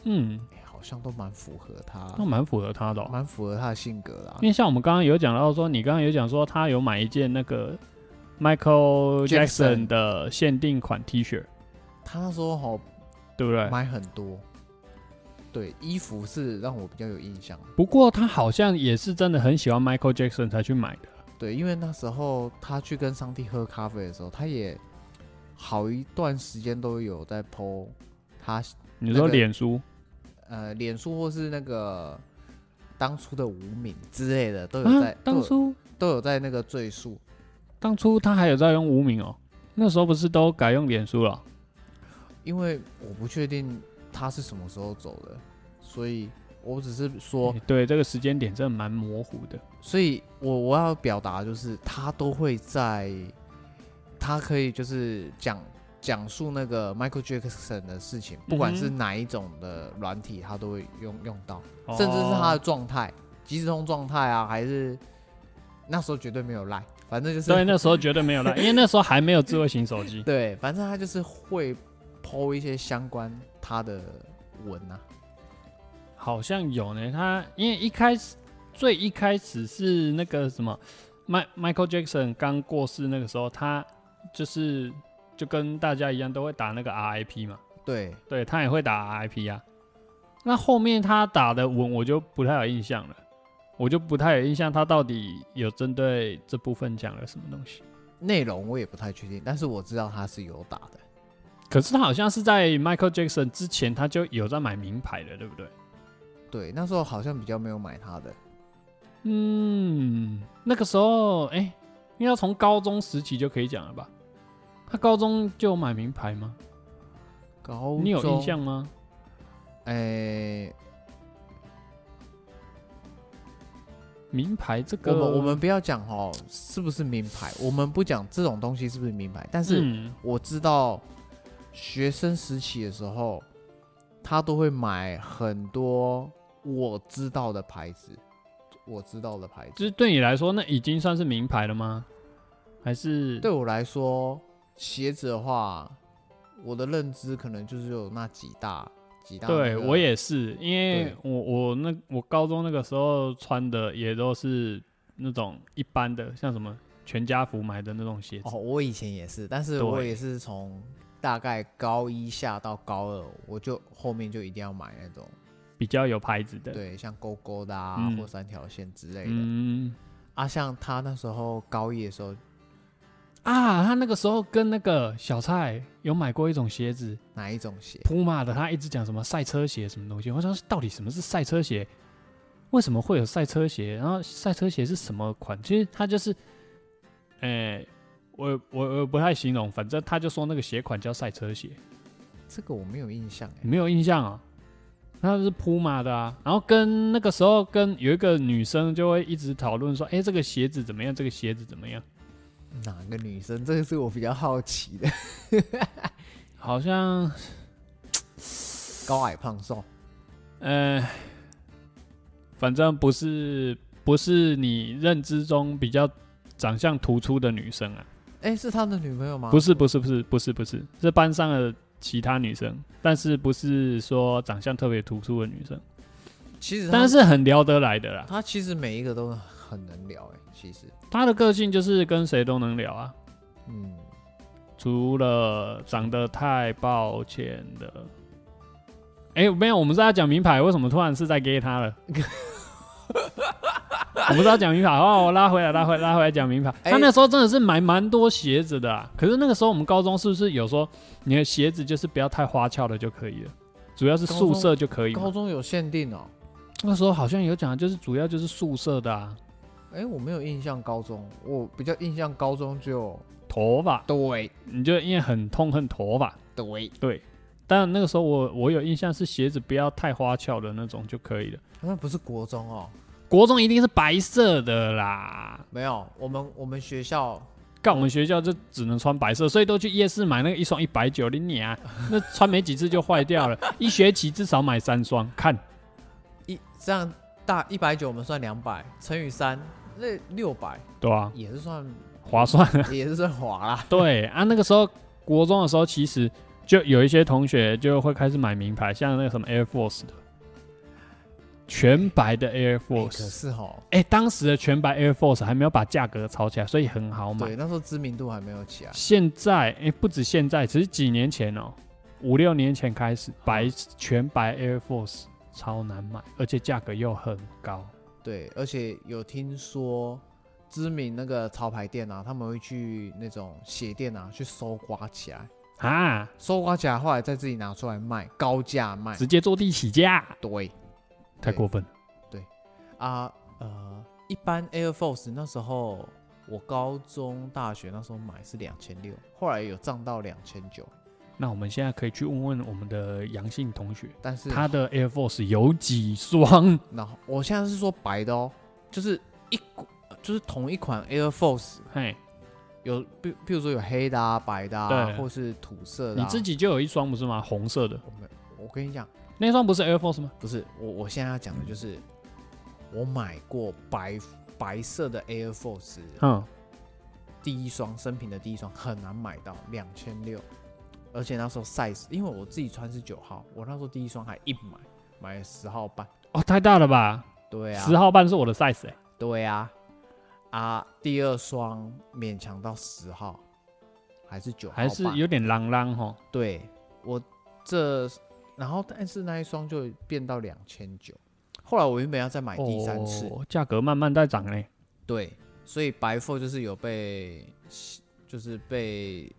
Speaker 1: 嗯，
Speaker 2: 哎好像都蛮符合他，
Speaker 1: 那蛮符合他的、哦。
Speaker 2: 蛮符合他的性格啦。
Speaker 1: 因为像我们刚刚有讲到说，你刚刚有讲说他有买一件那个 Michael Jackson
Speaker 2: Jackson
Speaker 1: 的限定款 T 恤，
Speaker 2: 他说吼
Speaker 1: 对不对？
Speaker 2: 买很多，对，衣服是让我比较有印象。
Speaker 1: 不过他好像也是真的很喜欢 Michael Jackson 才去买的。
Speaker 2: 对，因为那时候他去跟上帝喝咖啡的时候，他也好一段时间都有在 PO 他
Speaker 1: 你
Speaker 2: 那
Speaker 1: 说
Speaker 2: 个
Speaker 1: 脸书，
Speaker 2: 呃脸书或是那个当初的无名之类的都有
Speaker 1: 啊
Speaker 2: 在、，
Speaker 1: 当
Speaker 2: 都有
Speaker 1: 初
Speaker 2: 都有在那个赘述。
Speaker 1: 当初他还有在用无名哦，那时候不是都改用脸书了？
Speaker 2: 因为我不确定他是什么时候走的，所以我只是说，
Speaker 1: 欸对，这个时间点真的蛮模糊的。
Speaker 2: 所以我我要表达就是他都会在，他可以就是讲讲述那个 Michael Jackson 的事情，不管是
Speaker 1: 嗯
Speaker 2: 哪一种的软体，他都会用用到，甚至是他的
Speaker 1: 哦
Speaker 2: 状态，即时通状态啊，还是那时候绝对没有赖，反正就是。
Speaker 1: 对那时候绝对没有啦，因为那时候还没有智慧型手机
Speaker 2: 对，反正他就是会剖一些相关他的文啊，
Speaker 1: 好像有呢，他因为一开始最一开始是那个什么，Mi Michael Jackson 刚过世那个时候，他就是就跟大家一样都会打那个 RIP 嘛，
Speaker 2: 对，
Speaker 1: 对他也会打 RIP 啊。那后面他打的文我就不太有印象了，我就不太有印象他到底有针对这部分讲了什么东西。
Speaker 2: 内容我也不太确定，但是我知道他是有打的。
Speaker 1: 可是他好像是在 Michael Jackson 之前他就有在买名牌的，对不对？
Speaker 2: 对，那时候好像比较没有买他的。
Speaker 1: 嗯，那个时候，哎、应该要从高中时期就可以讲了吧？他高中就有买名牌吗？
Speaker 2: 高
Speaker 1: 你有印
Speaker 2: 中？
Speaker 1: 象吗？
Speaker 2: 哎、
Speaker 1: 名牌这个，
Speaker 2: 我们我们不要讲哦，是不是名牌？我们不讲这种东西是不是名牌，但是
Speaker 1: 嗯
Speaker 2: 我知道学生时期的时候，他都会买很多我知道的牌子，我知道的牌
Speaker 1: 就
Speaker 2: 子。
Speaker 1: 是对你来说，那已经算是名牌了吗？还是
Speaker 2: 对我来说，鞋子的话，我的认知可能就是有那几大几大、
Speaker 1: 对我。也是，因为
Speaker 2: 对
Speaker 1: 我我那我高中那个时候穿的也都是那种一般的，像什么全家福买的那种鞋子。
Speaker 2: 哦，我以前也是，但是
Speaker 1: 对
Speaker 2: 我也是从大概高一下到高二，我就后面就一定要买那种，
Speaker 1: 比较有牌子的。，
Speaker 2: 对，像勾勾的啊，
Speaker 1: 嗯
Speaker 2: 或三条线之类的。
Speaker 1: 嗯
Speaker 2: 啊，像他那时候高一的时候，
Speaker 1: 啊，他那个时候跟那个小蔡有买过一种鞋子，
Speaker 2: 哪一种鞋？
Speaker 1: 普马的，他一直讲什么赛车鞋什么东西，我想说到底什么是赛车鞋？为什么会有赛车鞋？然后赛车鞋是什么款？其实他就是，诶、我我我不太形容，反正他就说那个鞋款叫赛车鞋，
Speaker 2: 这个我没有印象哎、
Speaker 1: 没有印象啊。他是普马的啊，然后跟那个时候跟有一个女生就会一直讨论说，诶，这个鞋子怎么样？这个鞋子怎么样？嗯
Speaker 2: 哪个女生？这个是我比较好奇的。
Speaker 1: 好像
Speaker 2: 高矮胖瘦，
Speaker 1: 呃，反正不是不是你认知中比较长相突出的女生啊，
Speaker 2: 哎、是他的女朋友吗？
Speaker 1: 不是不是不是不是不是，是班上的其他女生，但是不是说长相特别突出的女生，
Speaker 2: 其实他
Speaker 1: 但是很聊得来的啦。
Speaker 2: 他其实每一个都很能聊哎、其实，
Speaker 1: 她的个性就是跟谁都能聊啊，
Speaker 2: 嗯，
Speaker 1: 除了长得太抱歉的。哎、没有，我们是要讲名牌，为什么突然是在给 他了？我们是要讲名牌，哦，我拉回来，拉回来，拉回来讲名牌。
Speaker 2: 哎
Speaker 1: 他那时候真的是买蛮多鞋子的、啊，可是那个时候我们高中是不是有说你的鞋子就是不要太花俏的就可以了，主要是
Speaker 2: 高
Speaker 1: 素
Speaker 2: 中
Speaker 1: 色就可以嘛
Speaker 2: 高中有限定哦、
Speaker 1: 那时候好像有讲，就是主要就是素色的啊，
Speaker 2: 哎、我没有印象高中，我比较印象高中就
Speaker 1: 头发，
Speaker 2: 对
Speaker 1: 你就因为很痛恨头发，
Speaker 2: 对，
Speaker 1: 对，但那个时候我我有印象是鞋子不要太花俏的那种就可以了。
Speaker 2: 那不是国中哦，
Speaker 1: 国中一定是白色的啦。
Speaker 2: 没有，我们我们学校
Speaker 1: 干我们学校就只能穿白色，所以都去夜市买那个一双一百九，你娘，那穿没几次就坏掉了。一学期至少买三双，看
Speaker 2: 一这样大一百九，我们算两百乘以三，那六百
Speaker 1: 对啊，
Speaker 2: 也是算
Speaker 1: 划 算。
Speaker 2: 也是算滑 啦。
Speaker 1: 对啊，那个时候国中的时候，其实就有一些同学就会开始买名牌，像那个什么 Air Force 的，全白的 Air
Speaker 2: 哎可
Speaker 1: Force。
Speaker 2: 是哈，
Speaker 1: 哎、当时的全白 Air Force 还没有把价格炒起来，所以很好买
Speaker 2: 对，。那时候知名度还没有起来。
Speaker 1: 现在哎、不止现在，只是几年前哦、五六年前开
Speaker 2: 哦
Speaker 1: 始，白全白 Air Force 超难买，而且价格又很高。
Speaker 2: 对，而且有听说知名那个潮牌店啊，他们会去那种鞋店啊去搜刮起来，
Speaker 1: 啊，
Speaker 2: 搜刮起来后来再自己拿出来卖，高价卖。
Speaker 1: 直接坐地起价，
Speaker 2: 哎对
Speaker 1: 太过分了。
Speaker 2: 啊，呃，一般 Air Force 那时候我高中、大学那时候买是两千六，后来有涨到两千九，
Speaker 1: 那我们现在可以去问问我们的阳性同学，
Speaker 2: 但是
Speaker 1: 他的 Air Force 有几 双？
Speaker 2: 然后我现在是说白的哦，就是一股就是同一款 Air Force
Speaker 1: 嘿，
Speaker 2: 有，比譬如说有黑的啊、白的啊，
Speaker 1: 对
Speaker 2: 或是土色的、
Speaker 1: 你
Speaker 2: 啊。
Speaker 1: 自己就有一双不是吗？红色的
Speaker 2: 我没，我跟你讲，
Speaker 1: 那双不是 Air Force 吗？
Speaker 2: 不是我，我现在要讲的就是我买过白白色的 Air Force
Speaker 1: 嗯，
Speaker 2: 第一双生平的第一双很难买到，两千六，而且那时候 size，因为我自己穿是九号，我那时候第一双还硬买，买十号半，
Speaker 1: 哦，太大了吧？
Speaker 2: 对啊，
Speaker 1: 十、号半是我的 size 哎、
Speaker 2: 对啊，啊，第二双勉强到十号，还是九号
Speaker 1: 还
Speaker 2: 半，
Speaker 1: 是有点浪浪吼。
Speaker 2: 对我这，然后但是那一双就变到两千九，后来我原本要再买第三次，
Speaker 1: 哦价、格慢慢在涨欸嘞。
Speaker 2: 对，所以白 f 就是有被，就是被，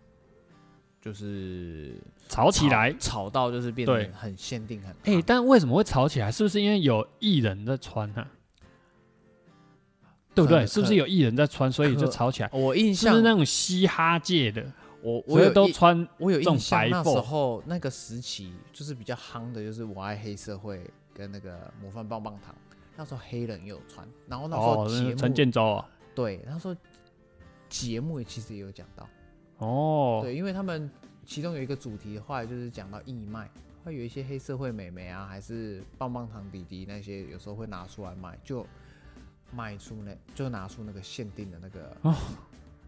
Speaker 2: 就是
Speaker 1: 吵起来。
Speaker 2: 炒哦到就是变得
Speaker 1: 对
Speaker 2: 很限定很
Speaker 1: 哎、
Speaker 2: 夯
Speaker 1: 但为什么会吵起来？是不是因为有艺人在穿啊？对不
Speaker 2: 可
Speaker 1: 对？
Speaker 2: 能
Speaker 1: 是不是有艺人在穿，所以
Speaker 2: 可
Speaker 1: 就吵起来？
Speaker 2: 我印
Speaker 1: 是不是
Speaker 2: 象
Speaker 1: 那种嘻哈界的，
Speaker 2: 我我
Speaker 1: 所以
Speaker 2: 有
Speaker 1: 都
Speaker 2: 印
Speaker 1: 穿
Speaker 2: 我有
Speaker 1: 这种
Speaker 2: 印象
Speaker 1: 白
Speaker 2: 那时
Speaker 1: Fox
Speaker 2: 候那个时期就是比较夯的，就是我爱黑社会跟那个模范棒棒糖。那时候黑人也有穿，然后那时
Speaker 1: 哦
Speaker 2: 候，
Speaker 1: 那
Speaker 2: 节
Speaker 1: 个陈
Speaker 2: 目、
Speaker 1: 建州啊，
Speaker 2: 对那时候节目其实也有讲到，
Speaker 1: 哦，
Speaker 2: 对，因为他们其中有一个主题的话，就是讲到义卖，会有一些黑社会美眉啊，还是棒棒糖弟弟那些，有时候会拿出来卖，就卖出那就拿出那个限定的那个
Speaker 1: 哦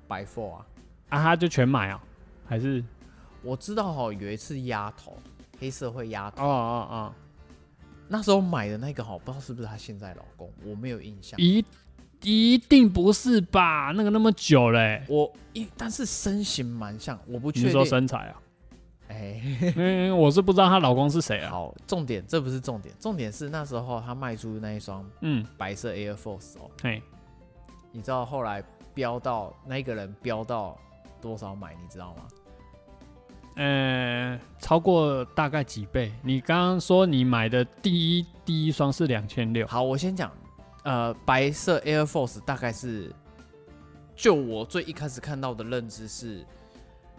Speaker 2: 白货啊。
Speaker 1: 啊，他就全买啊，还是
Speaker 2: 我知道哈、有一次丫头黑社会丫头，
Speaker 1: 哦哦哦，
Speaker 2: 那时候买的那个哈、不知道是不是她现在老公，我没有印象。
Speaker 1: 一一定不是吧？那个那么久嘞、
Speaker 2: 我一但是身形蛮像，我不
Speaker 1: 你是
Speaker 2: 确
Speaker 1: 说
Speaker 2: 定。
Speaker 1: 身材 啊？
Speaker 2: 哎，
Speaker 1: 嗯，我是不知道她老公是谁啊。
Speaker 2: 好，重点这不是重点，重点是那时候她卖出那一双
Speaker 1: 嗯，
Speaker 2: 白色 Air Force 哦，
Speaker 1: 嘿，
Speaker 2: 你知道后来飙到那一个人飙到多少买，你知道吗？
Speaker 1: 呃，超过大概几倍？你刚刚说你买的第一第一双是两千六，
Speaker 2: 好，我先讲，呃，白色 Air Force 大概是，就我最一开始看到的认知是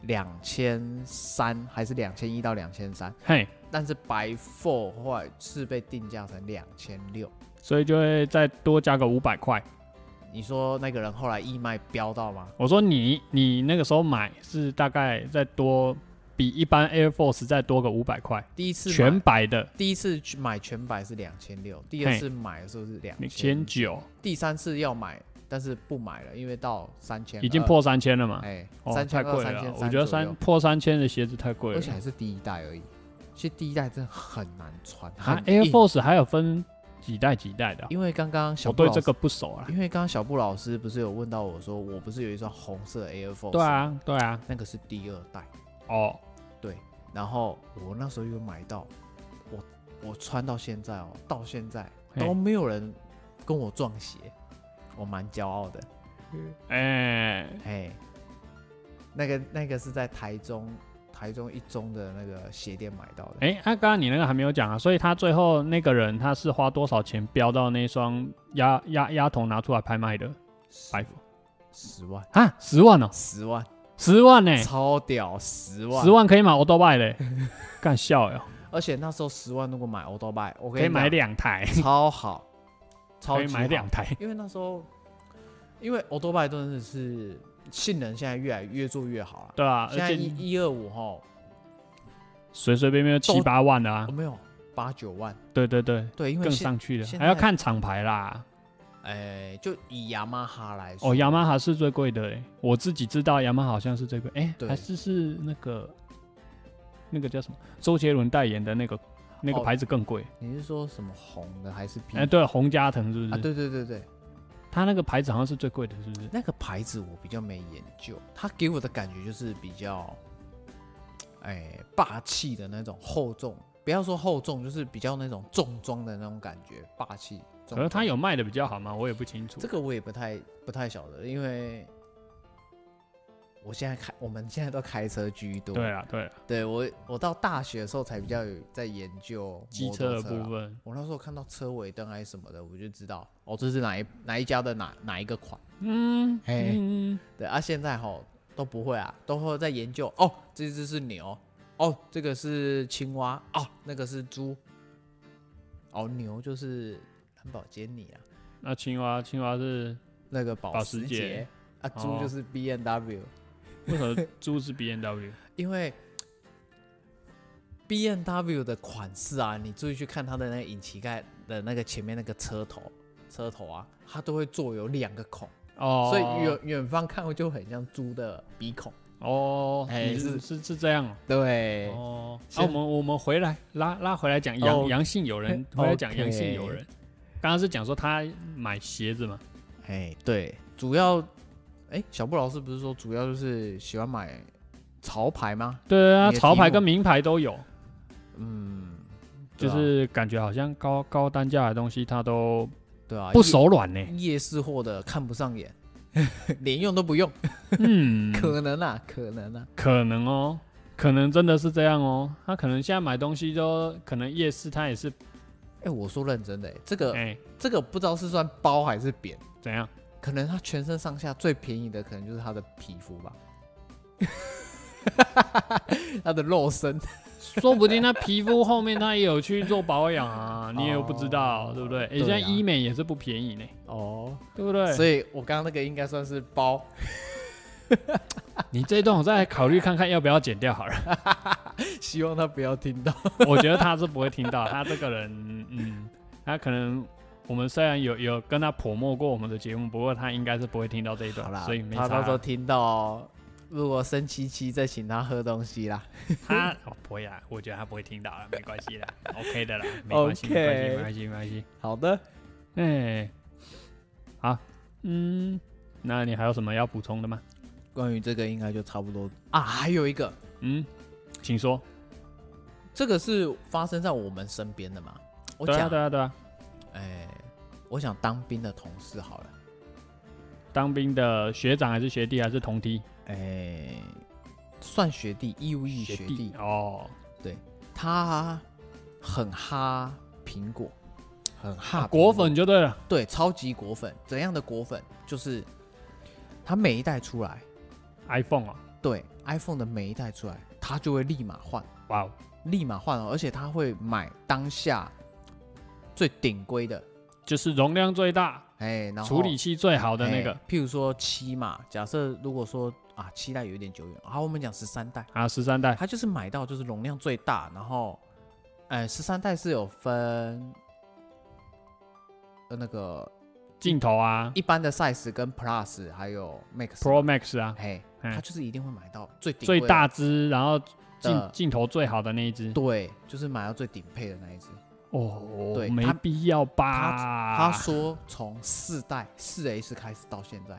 Speaker 2: 两千三还是两千一到两千三，
Speaker 1: 嘿，
Speaker 2: 但是白 Four 后来是被定价成两千六。
Speaker 1: 所以就会再多加个五百块。
Speaker 2: 你说那个人后来义卖飙到吗？
Speaker 1: 我说你你那个时候买是大概再多比一般 Air Force 再多个五百块，
Speaker 2: 第一次买
Speaker 1: 全白的
Speaker 2: 第一次去买全白是两千六，第二
Speaker 1: 嘿
Speaker 2: 次买的时候是两
Speaker 1: 你
Speaker 2: 千
Speaker 1: 千，九
Speaker 2: 第三次要买但是不买了，因为到三千
Speaker 1: 已经破三千了嘛？
Speaker 2: 哎，
Speaker 1: 哦，
Speaker 2: 三
Speaker 1: 太
Speaker 2: 千
Speaker 1: 贵
Speaker 2: 二、
Speaker 1: 了
Speaker 2: 三千
Speaker 1: 啊
Speaker 2: 三，，
Speaker 1: 我觉得三，破三千的鞋子太贵
Speaker 2: 而
Speaker 1: 了啊
Speaker 2: 且。还是第一代而已。其实第一代真的很难穿，很
Speaker 1: 啊，Air
Speaker 2: 硬
Speaker 1: Force 还有分几代几代的啊、
Speaker 2: 因为刚刚小
Speaker 1: 我
Speaker 2: 布
Speaker 1: 对
Speaker 2: 老
Speaker 1: 这
Speaker 2: 师，
Speaker 1: 个不熟啊。
Speaker 2: 因为刚刚小布老师不是有问到我说，我不是有一双红色的 Air Force，
Speaker 1: 对，啊，对啊，
Speaker 2: 那个是第二代，
Speaker 1: 哦，
Speaker 2: 对。然后我那时候又买到，我我穿到现在哦，到现在
Speaker 1: 嘿
Speaker 2: 都没有人跟我撞鞋，我蛮骄傲的。
Speaker 1: 哎、
Speaker 2: 哎，那个那个是在台中台中一中的那个鞋店买到的。
Speaker 1: 哎，啊，刚刚你那个还没有讲啊，所以他最后那个人他是花多少钱标到那双鸭鸭鸭头拿出来拍卖的白服
Speaker 2: 十万，
Speaker 1: 啊？十万哦，
Speaker 2: 十万，
Speaker 1: 十万呢、
Speaker 2: 超屌，十万，
Speaker 1: 哎十，万可以买 o d o b y 嘞，干笑哟，哦
Speaker 2: 而且那时候十万如果买 o l d b y 我
Speaker 1: 可以
Speaker 2: 跟你
Speaker 1: 买
Speaker 2: 讲，
Speaker 1: 两台。
Speaker 2: 超好，超
Speaker 1: 可以
Speaker 2: 级
Speaker 1: 买
Speaker 2: 好
Speaker 1: 两台。
Speaker 2: 因为那时候，因为欧多拜真的是性能现在越来越做越好了。
Speaker 1: 对啊，而
Speaker 2: 现在
Speaker 1: 且
Speaker 2: 一一二五哈，
Speaker 1: 随随便便就七
Speaker 2: 都
Speaker 1: 八万了啊
Speaker 2: 哦，没有八九万，
Speaker 1: 对对对，
Speaker 2: 对，因为
Speaker 1: 更
Speaker 2: 现
Speaker 1: 上去了，
Speaker 2: 现
Speaker 1: 还要
Speaker 2: 在
Speaker 1: 看厂牌啦。
Speaker 2: 哎、就以雅马哈来说，
Speaker 1: 哦，雅马哈是最贵的欸，我自己知道雅马哈好像是最贵，哎、
Speaker 2: 对
Speaker 1: 还是是那个那个叫什么周杰伦代言的那个那个
Speaker 2: 哦
Speaker 1: 牌子更贵，
Speaker 2: 你是说什么红的还是 B？
Speaker 1: 哎、对，洪家腾是不是？
Speaker 2: 啊，对对对对，
Speaker 1: 他那个牌子好像是最贵的，是不是？
Speaker 2: 那个牌子我比较没研究，它给我的感觉就是比较，哎、霸气的那种厚重，不要说厚重，就是比较那种重装的那种感觉，霸气。重
Speaker 1: 可是他
Speaker 2: 装
Speaker 1: 有卖的比较好吗？我也不清楚。
Speaker 2: 这个我也不太不太晓得，因为我现在开，我们现在都开车居多。
Speaker 1: 对啊，对啊，
Speaker 2: 对我我到大学的时候才比较有在研究
Speaker 1: 机
Speaker 2: 摩托
Speaker 1: 车的
Speaker 2: 车
Speaker 1: 部
Speaker 2: 啦。
Speaker 1: 分，
Speaker 2: 我那时候看到车尾灯还是什么的，我就知道哦，这是哪一哪一家的哪哪一个款。
Speaker 1: 嗯，
Speaker 2: 嘿
Speaker 1: 嗯，
Speaker 2: 对啊，现在吼都不会啊，都会在研究哦，这只是牛，哦，这个是青蛙，哦，那个是猪，哦，牛就是兰博基尼啊，
Speaker 1: 那青蛙，青蛙是
Speaker 2: 那个
Speaker 1: 保
Speaker 2: 保
Speaker 1: 时
Speaker 2: 时
Speaker 1: 捷
Speaker 2: 捷啊，
Speaker 1: 哦
Speaker 2: 猪就是 B N W。
Speaker 1: 为什么猪是 B N W？
Speaker 2: 因为 B N W 的款式啊，你注意去看它的那个引擎盖的那个前面那个车头，车头啊，它都会做有两个孔，
Speaker 1: 哦，
Speaker 2: 所以远远方看就很像猪的鼻孔。
Speaker 1: 哦，
Speaker 2: 哎
Speaker 1: 你是
Speaker 2: 是
Speaker 1: 是是这样哦。
Speaker 2: 对，
Speaker 1: 哦，啊，
Speaker 2: 先
Speaker 1: 我们我们回来拉拉回来讲阳
Speaker 2: 哦
Speaker 1: 阳性友人，回来讲
Speaker 2: OK
Speaker 1: 阳性友人。刚刚是讲说他买鞋子嘛，
Speaker 2: 哎，对，主要，哎，小布老师不是说主要就是喜欢买潮牌吗？
Speaker 1: 对啊，
Speaker 2: 你的
Speaker 1: 潮牌
Speaker 2: 题目
Speaker 1: 跟名牌都有，
Speaker 2: 嗯，
Speaker 1: 就
Speaker 2: 对啊
Speaker 1: 是感觉好像高高单价的东西他都
Speaker 2: 对啊，
Speaker 1: 不
Speaker 2: 夜
Speaker 1: 手软呢。
Speaker 2: 夜市货的看不上眼， 连用都不用，
Speaker 1: 嗯，
Speaker 2: 可能啊，可能啊，
Speaker 1: 可能哦，可能真的是这样哦。他可能现在买东西都可能夜市他也是
Speaker 2: 哎，我说认真的，哎这个
Speaker 1: 哎
Speaker 2: 这个不知道是算包还是扁，
Speaker 1: 怎样？
Speaker 2: 可能它全身上下最便宜的可能就是它的皮肤吧， 它的肉身，
Speaker 1: 说不定他皮肤后面他也有去做保养啊，你也不知道，
Speaker 2: 哦
Speaker 1: 对不对？哎，
Speaker 2: 对啊
Speaker 1: 现在医美也是不便宜呢，
Speaker 2: 哦，
Speaker 1: 对不对？
Speaker 2: 所以我刚刚那个应该算是包，
Speaker 1: 你这一段我再考虑看看要不要剪掉好了。
Speaker 2: 希望他不要听到。
Speaker 1: 我觉得他是不会听到，他这个人，嗯，他可能我们虽然有有跟他泼墨过我们的节目，不过他应该是不会听到这一
Speaker 2: 好
Speaker 1: 段，
Speaker 2: 啦
Speaker 1: 所以，没
Speaker 2: 他
Speaker 1: 差
Speaker 2: 到时候
Speaker 1: 啦。
Speaker 2: 听到，如果生气气再请他喝东西啦。
Speaker 1: 他
Speaker 2: 嗯
Speaker 1: 哦不会啦，我觉得他不会听到了，没关系 啦，OK 的啦，没关系，没关系，没
Speaker 2: OK
Speaker 1: 关系，没关系。
Speaker 2: 好的，
Speaker 1: 哎、好，嗯，那你还有什么要补充的吗？
Speaker 2: 关于这个应该就差不多啊。还有一个，
Speaker 1: 嗯，请说。
Speaker 2: 这个是发生在我们身边的嘛？我
Speaker 1: 对啊，
Speaker 2: 讲，
Speaker 1: 对啊，对啊，
Speaker 2: 哎，我想当兵的同事好了。
Speaker 1: 当兵的学长还是学弟啊还是同梯？
Speaker 2: 哎、算学弟，义务役学弟，
Speaker 1: 哦，
Speaker 2: 他很哈苹果，很哈、
Speaker 1: 果粉，就对了。
Speaker 2: 对，超级果粉。怎样的果粉？就是他每一代出来，
Speaker 1: iPhone 啊，
Speaker 2: 对 iPhone 的每一代出来，他就会立马换，
Speaker 1: 哇哦，
Speaker 2: 立马换、哦，而且他会买当下最顶规的，
Speaker 1: 就是容量最大、
Speaker 2: 哎、然后
Speaker 1: 处理器最好的那
Speaker 2: 哎
Speaker 1: 个、
Speaker 2: 譬如说七嘛，假设如果说啊七代有点久远，好，我们讲十三代。
Speaker 1: 啊，十三代
Speaker 2: 他就是买到就是容量最大，然后，呃，十三代是有分，呃，那个
Speaker 1: 镜头啊
Speaker 2: 一般的 size 跟 Plus 还有 Max
Speaker 1: ，Pro Max 啊，
Speaker 2: 嘿，
Speaker 1: 嗯
Speaker 2: 他就是一定会买到最顶
Speaker 1: 最
Speaker 2: 贵的
Speaker 1: 大只，然后镜
Speaker 2: 的
Speaker 1: 镜头最好的那一只。
Speaker 2: 对，就是买到最顶配的那一只。
Speaker 1: 哦，
Speaker 2: 对
Speaker 1: 没
Speaker 2: 他
Speaker 1: 必要
Speaker 2: 他
Speaker 1: 吧？
Speaker 2: 说从四代四 S 开始到现在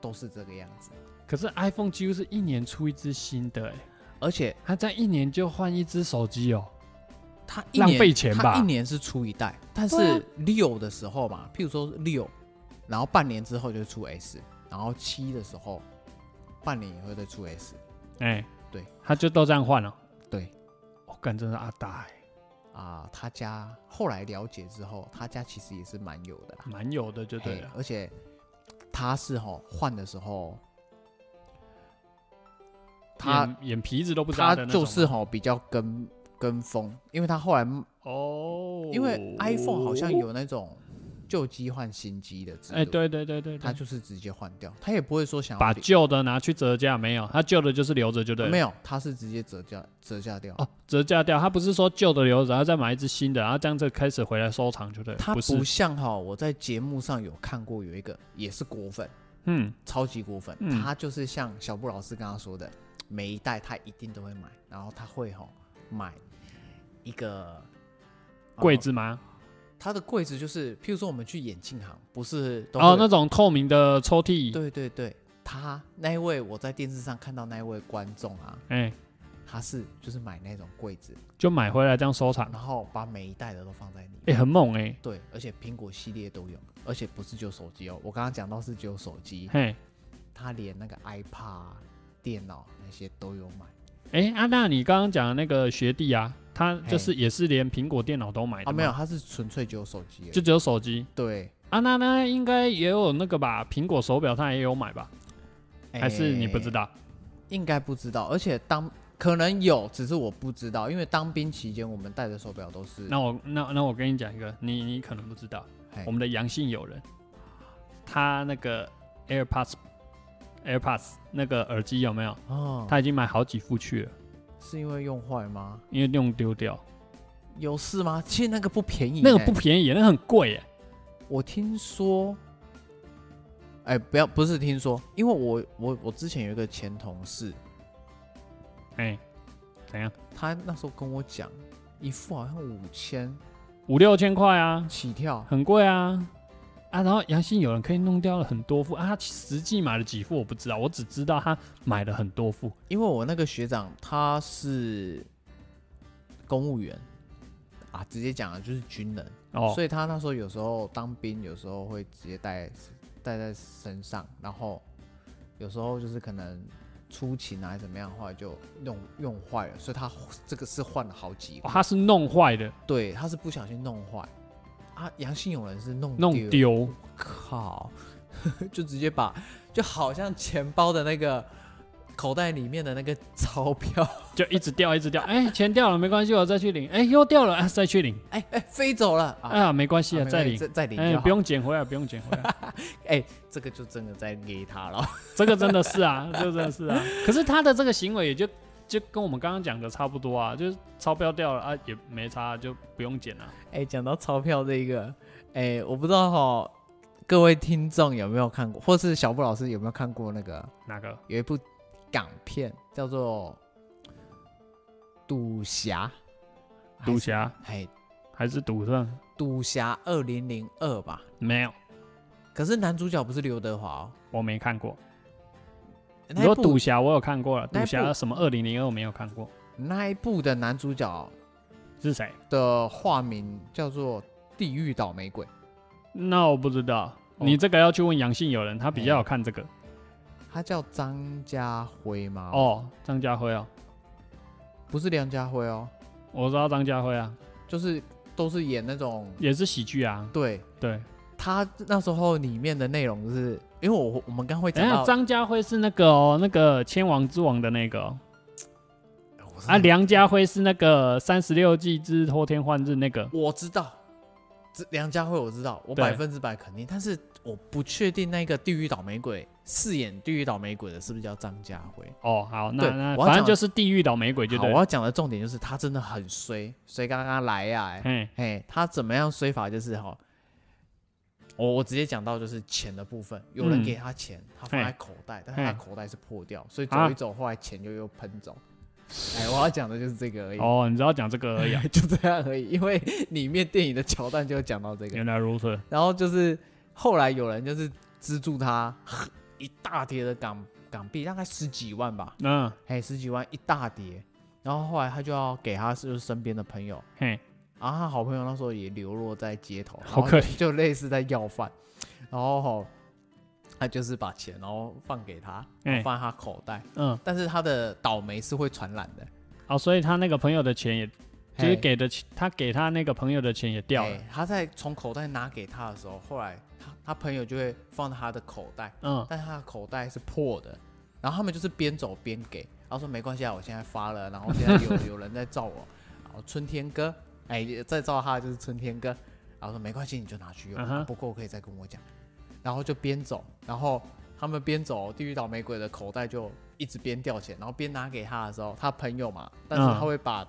Speaker 2: 都是这个样子，
Speaker 1: 可是 iPhone 几乎是一年出一只新的、欸，
Speaker 2: 而且
Speaker 1: 他这样一年就换一只手机哦、
Speaker 2: 他一
Speaker 1: 浪
Speaker 2: 年
Speaker 1: 费钱吧
Speaker 2: 他一年是出一代，但
Speaker 1: 对啊
Speaker 2: 是六的时候嘛，譬如说六，然后半年之后就出 S，然后七的时候，半年也会再出 S。
Speaker 1: 哎、
Speaker 2: 对，
Speaker 1: 他就都这样换了、
Speaker 2: 对
Speaker 1: 我感哦真是阿大、欸，
Speaker 2: 啊、他家后来了解之后，他家其实也是蛮有的啦，
Speaker 1: 蛮有的就对啊
Speaker 2: 嘿
Speaker 1: 了。
Speaker 2: 而且他是吼换的时候，他
Speaker 1: 眼眼皮子都不
Speaker 2: 他
Speaker 1: 眨的那种
Speaker 2: 就
Speaker 1: 吗
Speaker 2: 是吼比较跟跟风，因为他后来
Speaker 1: 哦，
Speaker 2: 因为 iPhone 好像有那种旧机换新机的制度，
Speaker 1: 哎、对对对对
Speaker 2: 他
Speaker 1: 对，
Speaker 2: 就是直接换掉，他也不会说想要
Speaker 1: 把
Speaker 2: 领
Speaker 1: 旧的拿去折价，没有，他旧的就是留着就对了。
Speaker 2: 没有，他是直接折价折价掉，
Speaker 1: 哦，折价掉，他不是说旧的留着，然后再买一只新的，然后这样子开始回来收藏就对了。
Speaker 2: 他
Speaker 1: 不是，
Speaker 2: 不像哈，我在节目上有看过有一个也是果粉，
Speaker 1: 嗯，
Speaker 2: 超级果粉，
Speaker 1: 嗯
Speaker 2: 他就是像小布老师刚刚说的，每一代他一定都会买，然后他会哈买一个
Speaker 1: 柜，
Speaker 2: 呃
Speaker 1: 子吗？
Speaker 2: 他的柜子就是，譬如说我们去眼镜行，不是都
Speaker 1: 哦，
Speaker 2: 会
Speaker 1: 那种透明的抽屉，
Speaker 2: 对对对，他那一位我在电视上看到那一位观众啊，
Speaker 1: 哎、
Speaker 2: 他是就是买那种柜子，
Speaker 1: 就买回来这样收藏，
Speaker 2: 然后把每一代的都放在里面。
Speaker 1: 哎、很猛哎、
Speaker 2: 对，而且苹果系列都有，而且不是只有手机哦。我刚刚讲到是只有手机，
Speaker 1: 嘿，
Speaker 2: 他连那个 iPad 啊、电脑那些都有买。
Speaker 1: 哎、啊，那你刚刚讲的那个学弟啊，他就是也是连苹果电脑都买的、
Speaker 2: 啊，没有，，他是纯粹只有手机而已。
Speaker 1: 就只有手机
Speaker 2: 对，
Speaker 1: 啊，那那应该也有那个吧，苹果手表他也有买吧？
Speaker 2: 哎
Speaker 1: 还是你不知
Speaker 2: 诶？
Speaker 1: 道？
Speaker 2: 哎应该不知道，而且当可能有，只是我不知道，因为当兵期间我们戴的手表都是
Speaker 1: 那我那那我跟你讲一个，你你可能不知道，
Speaker 2: 嘿
Speaker 1: 我们的阳性友人，他那个 AirPods AirPods 那个耳机有没有？
Speaker 2: 哦，
Speaker 1: 他已经买好几副去了，
Speaker 2: 是因为用坏吗？
Speaker 1: 因为用丢掉，
Speaker 2: 有事吗？其实那个不便宜呢，
Speaker 1: 那个不便宜，那个很贵欸耶。
Speaker 2: 我听说，哎、不要，不是听说，因为我我我之前有一个前同事，
Speaker 1: 哎、怎样？
Speaker 2: 他那时候跟我讲，一副好像五千
Speaker 1: 五六千块啊，
Speaker 2: 起跳，
Speaker 1: 很贵啊啊！然后阳性友人可以弄掉了很多副啊，他实际买了几副我不知道，我只知道他买了很多副。
Speaker 2: 因为我那个学长他是公务员啊，直接讲啊，就是军人，
Speaker 1: 哦
Speaker 2: 所以他那时候有时候当兵，有时候会直接带带在身上，然后有时候就是可能出勤啊还是怎么样，后来就用用坏了，所以他这个是换了好几个
Speaker 1: 哦，他是弄坏的，
Speaker 2: 对，他是不小心弄坏，啊，阳性有人是弄
Speaker 1: 弄，丢。
Speaker 2: 靠， 就直接把就好像钱包的那个口袋里面的那个 钞票，
Speaker 1: 就一直掉，一直掉。哎、钱掉了没关系，我再去领。哎、又掉了，啊，再去领。
Speaker 2: 哎哎飞走了啊，
Speaker 1: 啊，没关系啊，
Speaker 2: 没
Speaker 1: 再
Speaker 2: 关系
Speaker 1: 领。
Speaker 2: 再再领
Speaker 1: 哎、
Speaker 2: 就好，哎
Speaker 1: 不用捡回来，不用捡回来。
Speaker 2: 这个就真的在给他了。
Speaker 1: 这个真的是 啊，这个真的是啊。可是他的这个行为也就就跟我们刚刚讲的差不多啊，就是钞票掉了啊，也没差，就不用捡了、
Speaker 2: 哎、讲到钞票这一个，哎、我不知道哈，各位听众有没有看过，或是小布老师有没有看过那个
Speaker 1: 哪个？
Speaker 2: 有一部港片叫做《赌侠》，
Speaker 1: 赌侠
Speaker 2: 还是，哎，
Speaker 1: 还是赌上？
Speaker 2: 《赌侠二零零二》吧。
Speaker 1: 没有，
Speaker 2: 可是男主角不是刘德华哦，
Speaker 1: 我没看过。你
Speaker 2: 那
Speaker 1: 说
Speaker 2: 一
Speaker 1: 赌
Speaker 2: 部
Speaker 1: 侠，我有看过了。
Speaker 2: 那
Speaker 1: 赌
Speaker 2: 一
Speaker 1: 侠
Speaker 2: 部
Speaker 1: 什么二零零二我没有看过，
Speaker 2: 那一部的男主角
Speaker 1: 是谁？
Speaker 2: 的化名叫做地狱倒霉鬼，
Speaker 1: 那我不知道。
Speaker 2: 哦
Speaker 1: 你这个要去问阳性友人，他比较
Speaker 2: 哎
Speaker 1: 有看这个。
Speaker 2: 他叫张家辉吗？，
Speaker 1: 哦，张家辉哦，
Speaker 2: 不是梁家辉哦，
Speaker 1: 我知道张家辉啊。
Speaker 2: 就是都是演那种
Speaker 1: 也是喜剧啊，
Speaker 2: 对。
Speaker 1: 对。
Speaker 2: 他那时候里面的内容就是，因为我我们刚会
Speaker 1: 等
Speaker 2: 讲
Speaker 1: 一下
Speaker 2: 到
Speaker 1: 哎张家辉是那个哦，那个《千王之王》的那个哦、
Speaker 2: 我是
Speaker 1: 啊，梁家辉是那个《三十六计之偷天换日》那个，
Speaker 2: 我知道，这梁家辉我知道，我
Speaker 1: 对
Speaker 2: 百分之百肯定，但是我不确定那个地狱倒霉鬼饰演地狱倒霉鬼的是不是叫张家辉。
Speaker 1: 哦，好，那
Speaker 2: 对
Speaker 1: 那
Speaker 2: 我
Speaker 1: 反
Speaker 2: 要
Speaker 1: 正
Speaker 2: 讲
Speaker 1: 就是地狱倒霉鬼就
Speaker 2: 好，
Speaker 1: 对
Speaker 2: 我
Speaker 1: 了，
Speaker 2: 要讲的重点就是他真的很衰，衰刚刚来呀、欸，
Speaker 1: 嘿，
Speaker 2: 嘿，他怎么样衰法就是哈，我我直接讲到就是钱的部分，有人
Speaker 1: 嗯
Speaker 2: 给他钱，他放
Speaker 1: 嘿
Speaker 2: 在口袋，但是他
Speaker 1: 嘿
Speaker 2: 的口袋是破掉，所以
Speaker 1: 啊
Speaker 2: 走一走，后来钱就又喷走。哎，我要讲的就是这个而已。
Speaker 1: 哦，你知道讲这个而 已啊、
Speaker 2: 就这样而已，因为里面电影的桥段就讲到这个，
Speaker 1: 原来如此，
Speaker 2: 然后就是后来有人就是资助他一大叠的港港币，大概十几万吧，
Speaker 1: 嗯，
Speaker 2: 哎，十几万一大叠，然后后来他就要给他就是身边的朋友，
Speaker 1: 嘿，
Speaker 2: 然后他好朋友那时候也流落在街头，
Speaker 1: 好
Speaker 2: 然后
Speaker 1: 可
Speaker 2: 就就类似在要饭，然后吼他就是把钱然后放给他，然
Speaker 1: 哎
Speaker 2: 后放在他口袋，
Speaker 1: 嗯，
Speaker 2: 但是他的倒霉是会传染的，
Speaker 1: 哦，所以他那个朋友的钱也，就是
Speaker 2: 嘿
Speaker 1: 给的钱，他给他那个朋友的钱也掉了，
Speaker 2: 欸他在从口袋拿给他的时候，后来他他朋友就会放在他的口袋，
Speaker 1: 嗯，
Speaker 2: 但他的口袋是破的。然后他们就是边走边给，然后说没关系啊，我现在发了，然后 现在有有人在照我，然后春天哥，哎、再照他就是春天哥，然后说没关系，你就拿去用，
Speaker 1: 嗯哼
Speaker 2: 啊不够可以再跟我讲。然后就边走，然后他们边走，地狱岛玫瑰的口袋就一直边掉钱，然后边拿给他的时候，他朋友嘛，但是
Speaker 1: 嗯
Speaker 2: 他会把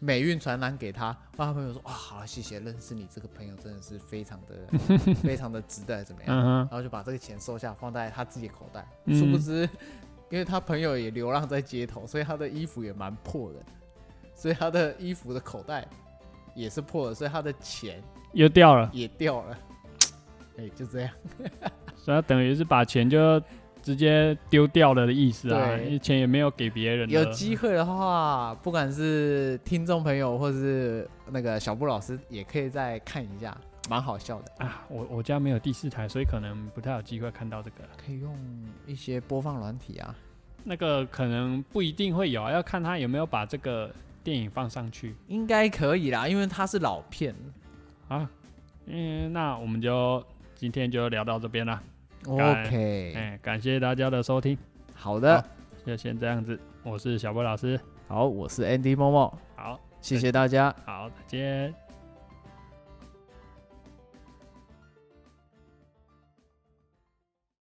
Speaker 2: 美运传染给他，然后他朋友说哇，好了，谢谢，认识你这个朋友真的是非常 的哦非常的值得，怎么样？
Speaker 1: 嗯哼
Speaker 2: 然，后就把这个钱收下，放在他自己的口袋。
Speaker 1: 嗯
Speaker 2: 殊不知，因为他朋友也流浪在街头，所以他的衣服也蛮破的，所以他的衣服的口袋也是破的，所以他的钱
Speaker 1: 又掉了，
Speaker 2: 也掉了。哎、就这样。
Speaker 1: 所以他等于是把钱就直接丢掉了的意思啊，
Speaker 2: 对
Speaker 1: 因为钱也没有给别人
Speaker 2: 有
Speaker 1: 了。
Speaker 2: 机会的话，不管是听众朋友或是那个小布老师，也可以再看一下，蛮好笑的。
Speaker 1: 啊，我我家没有第四台，所以可能不太有机会看到这个。
Speaker 2: 可以用一些播放软体啊，
Speaker 1: 那个可能不一定会有啊，要看他有没有把这个电影放上去
Speaker 2: 应该可以啦，因为它是老片。
Speaker 1: 啊。嗯，那我们就今天就聊到这边啦。哎、
Speaker 2: OK，
Speaker 1: 感谢大家的收听，
Speaker 2: 好的，
Speaker 1: 就先这样子。我是小波老师，
Speaker 2: 好，我是 Andy 默默。
Speaker 1: 好
Speaker 2: 谢谢大家。
Speaker 1: 好，再见。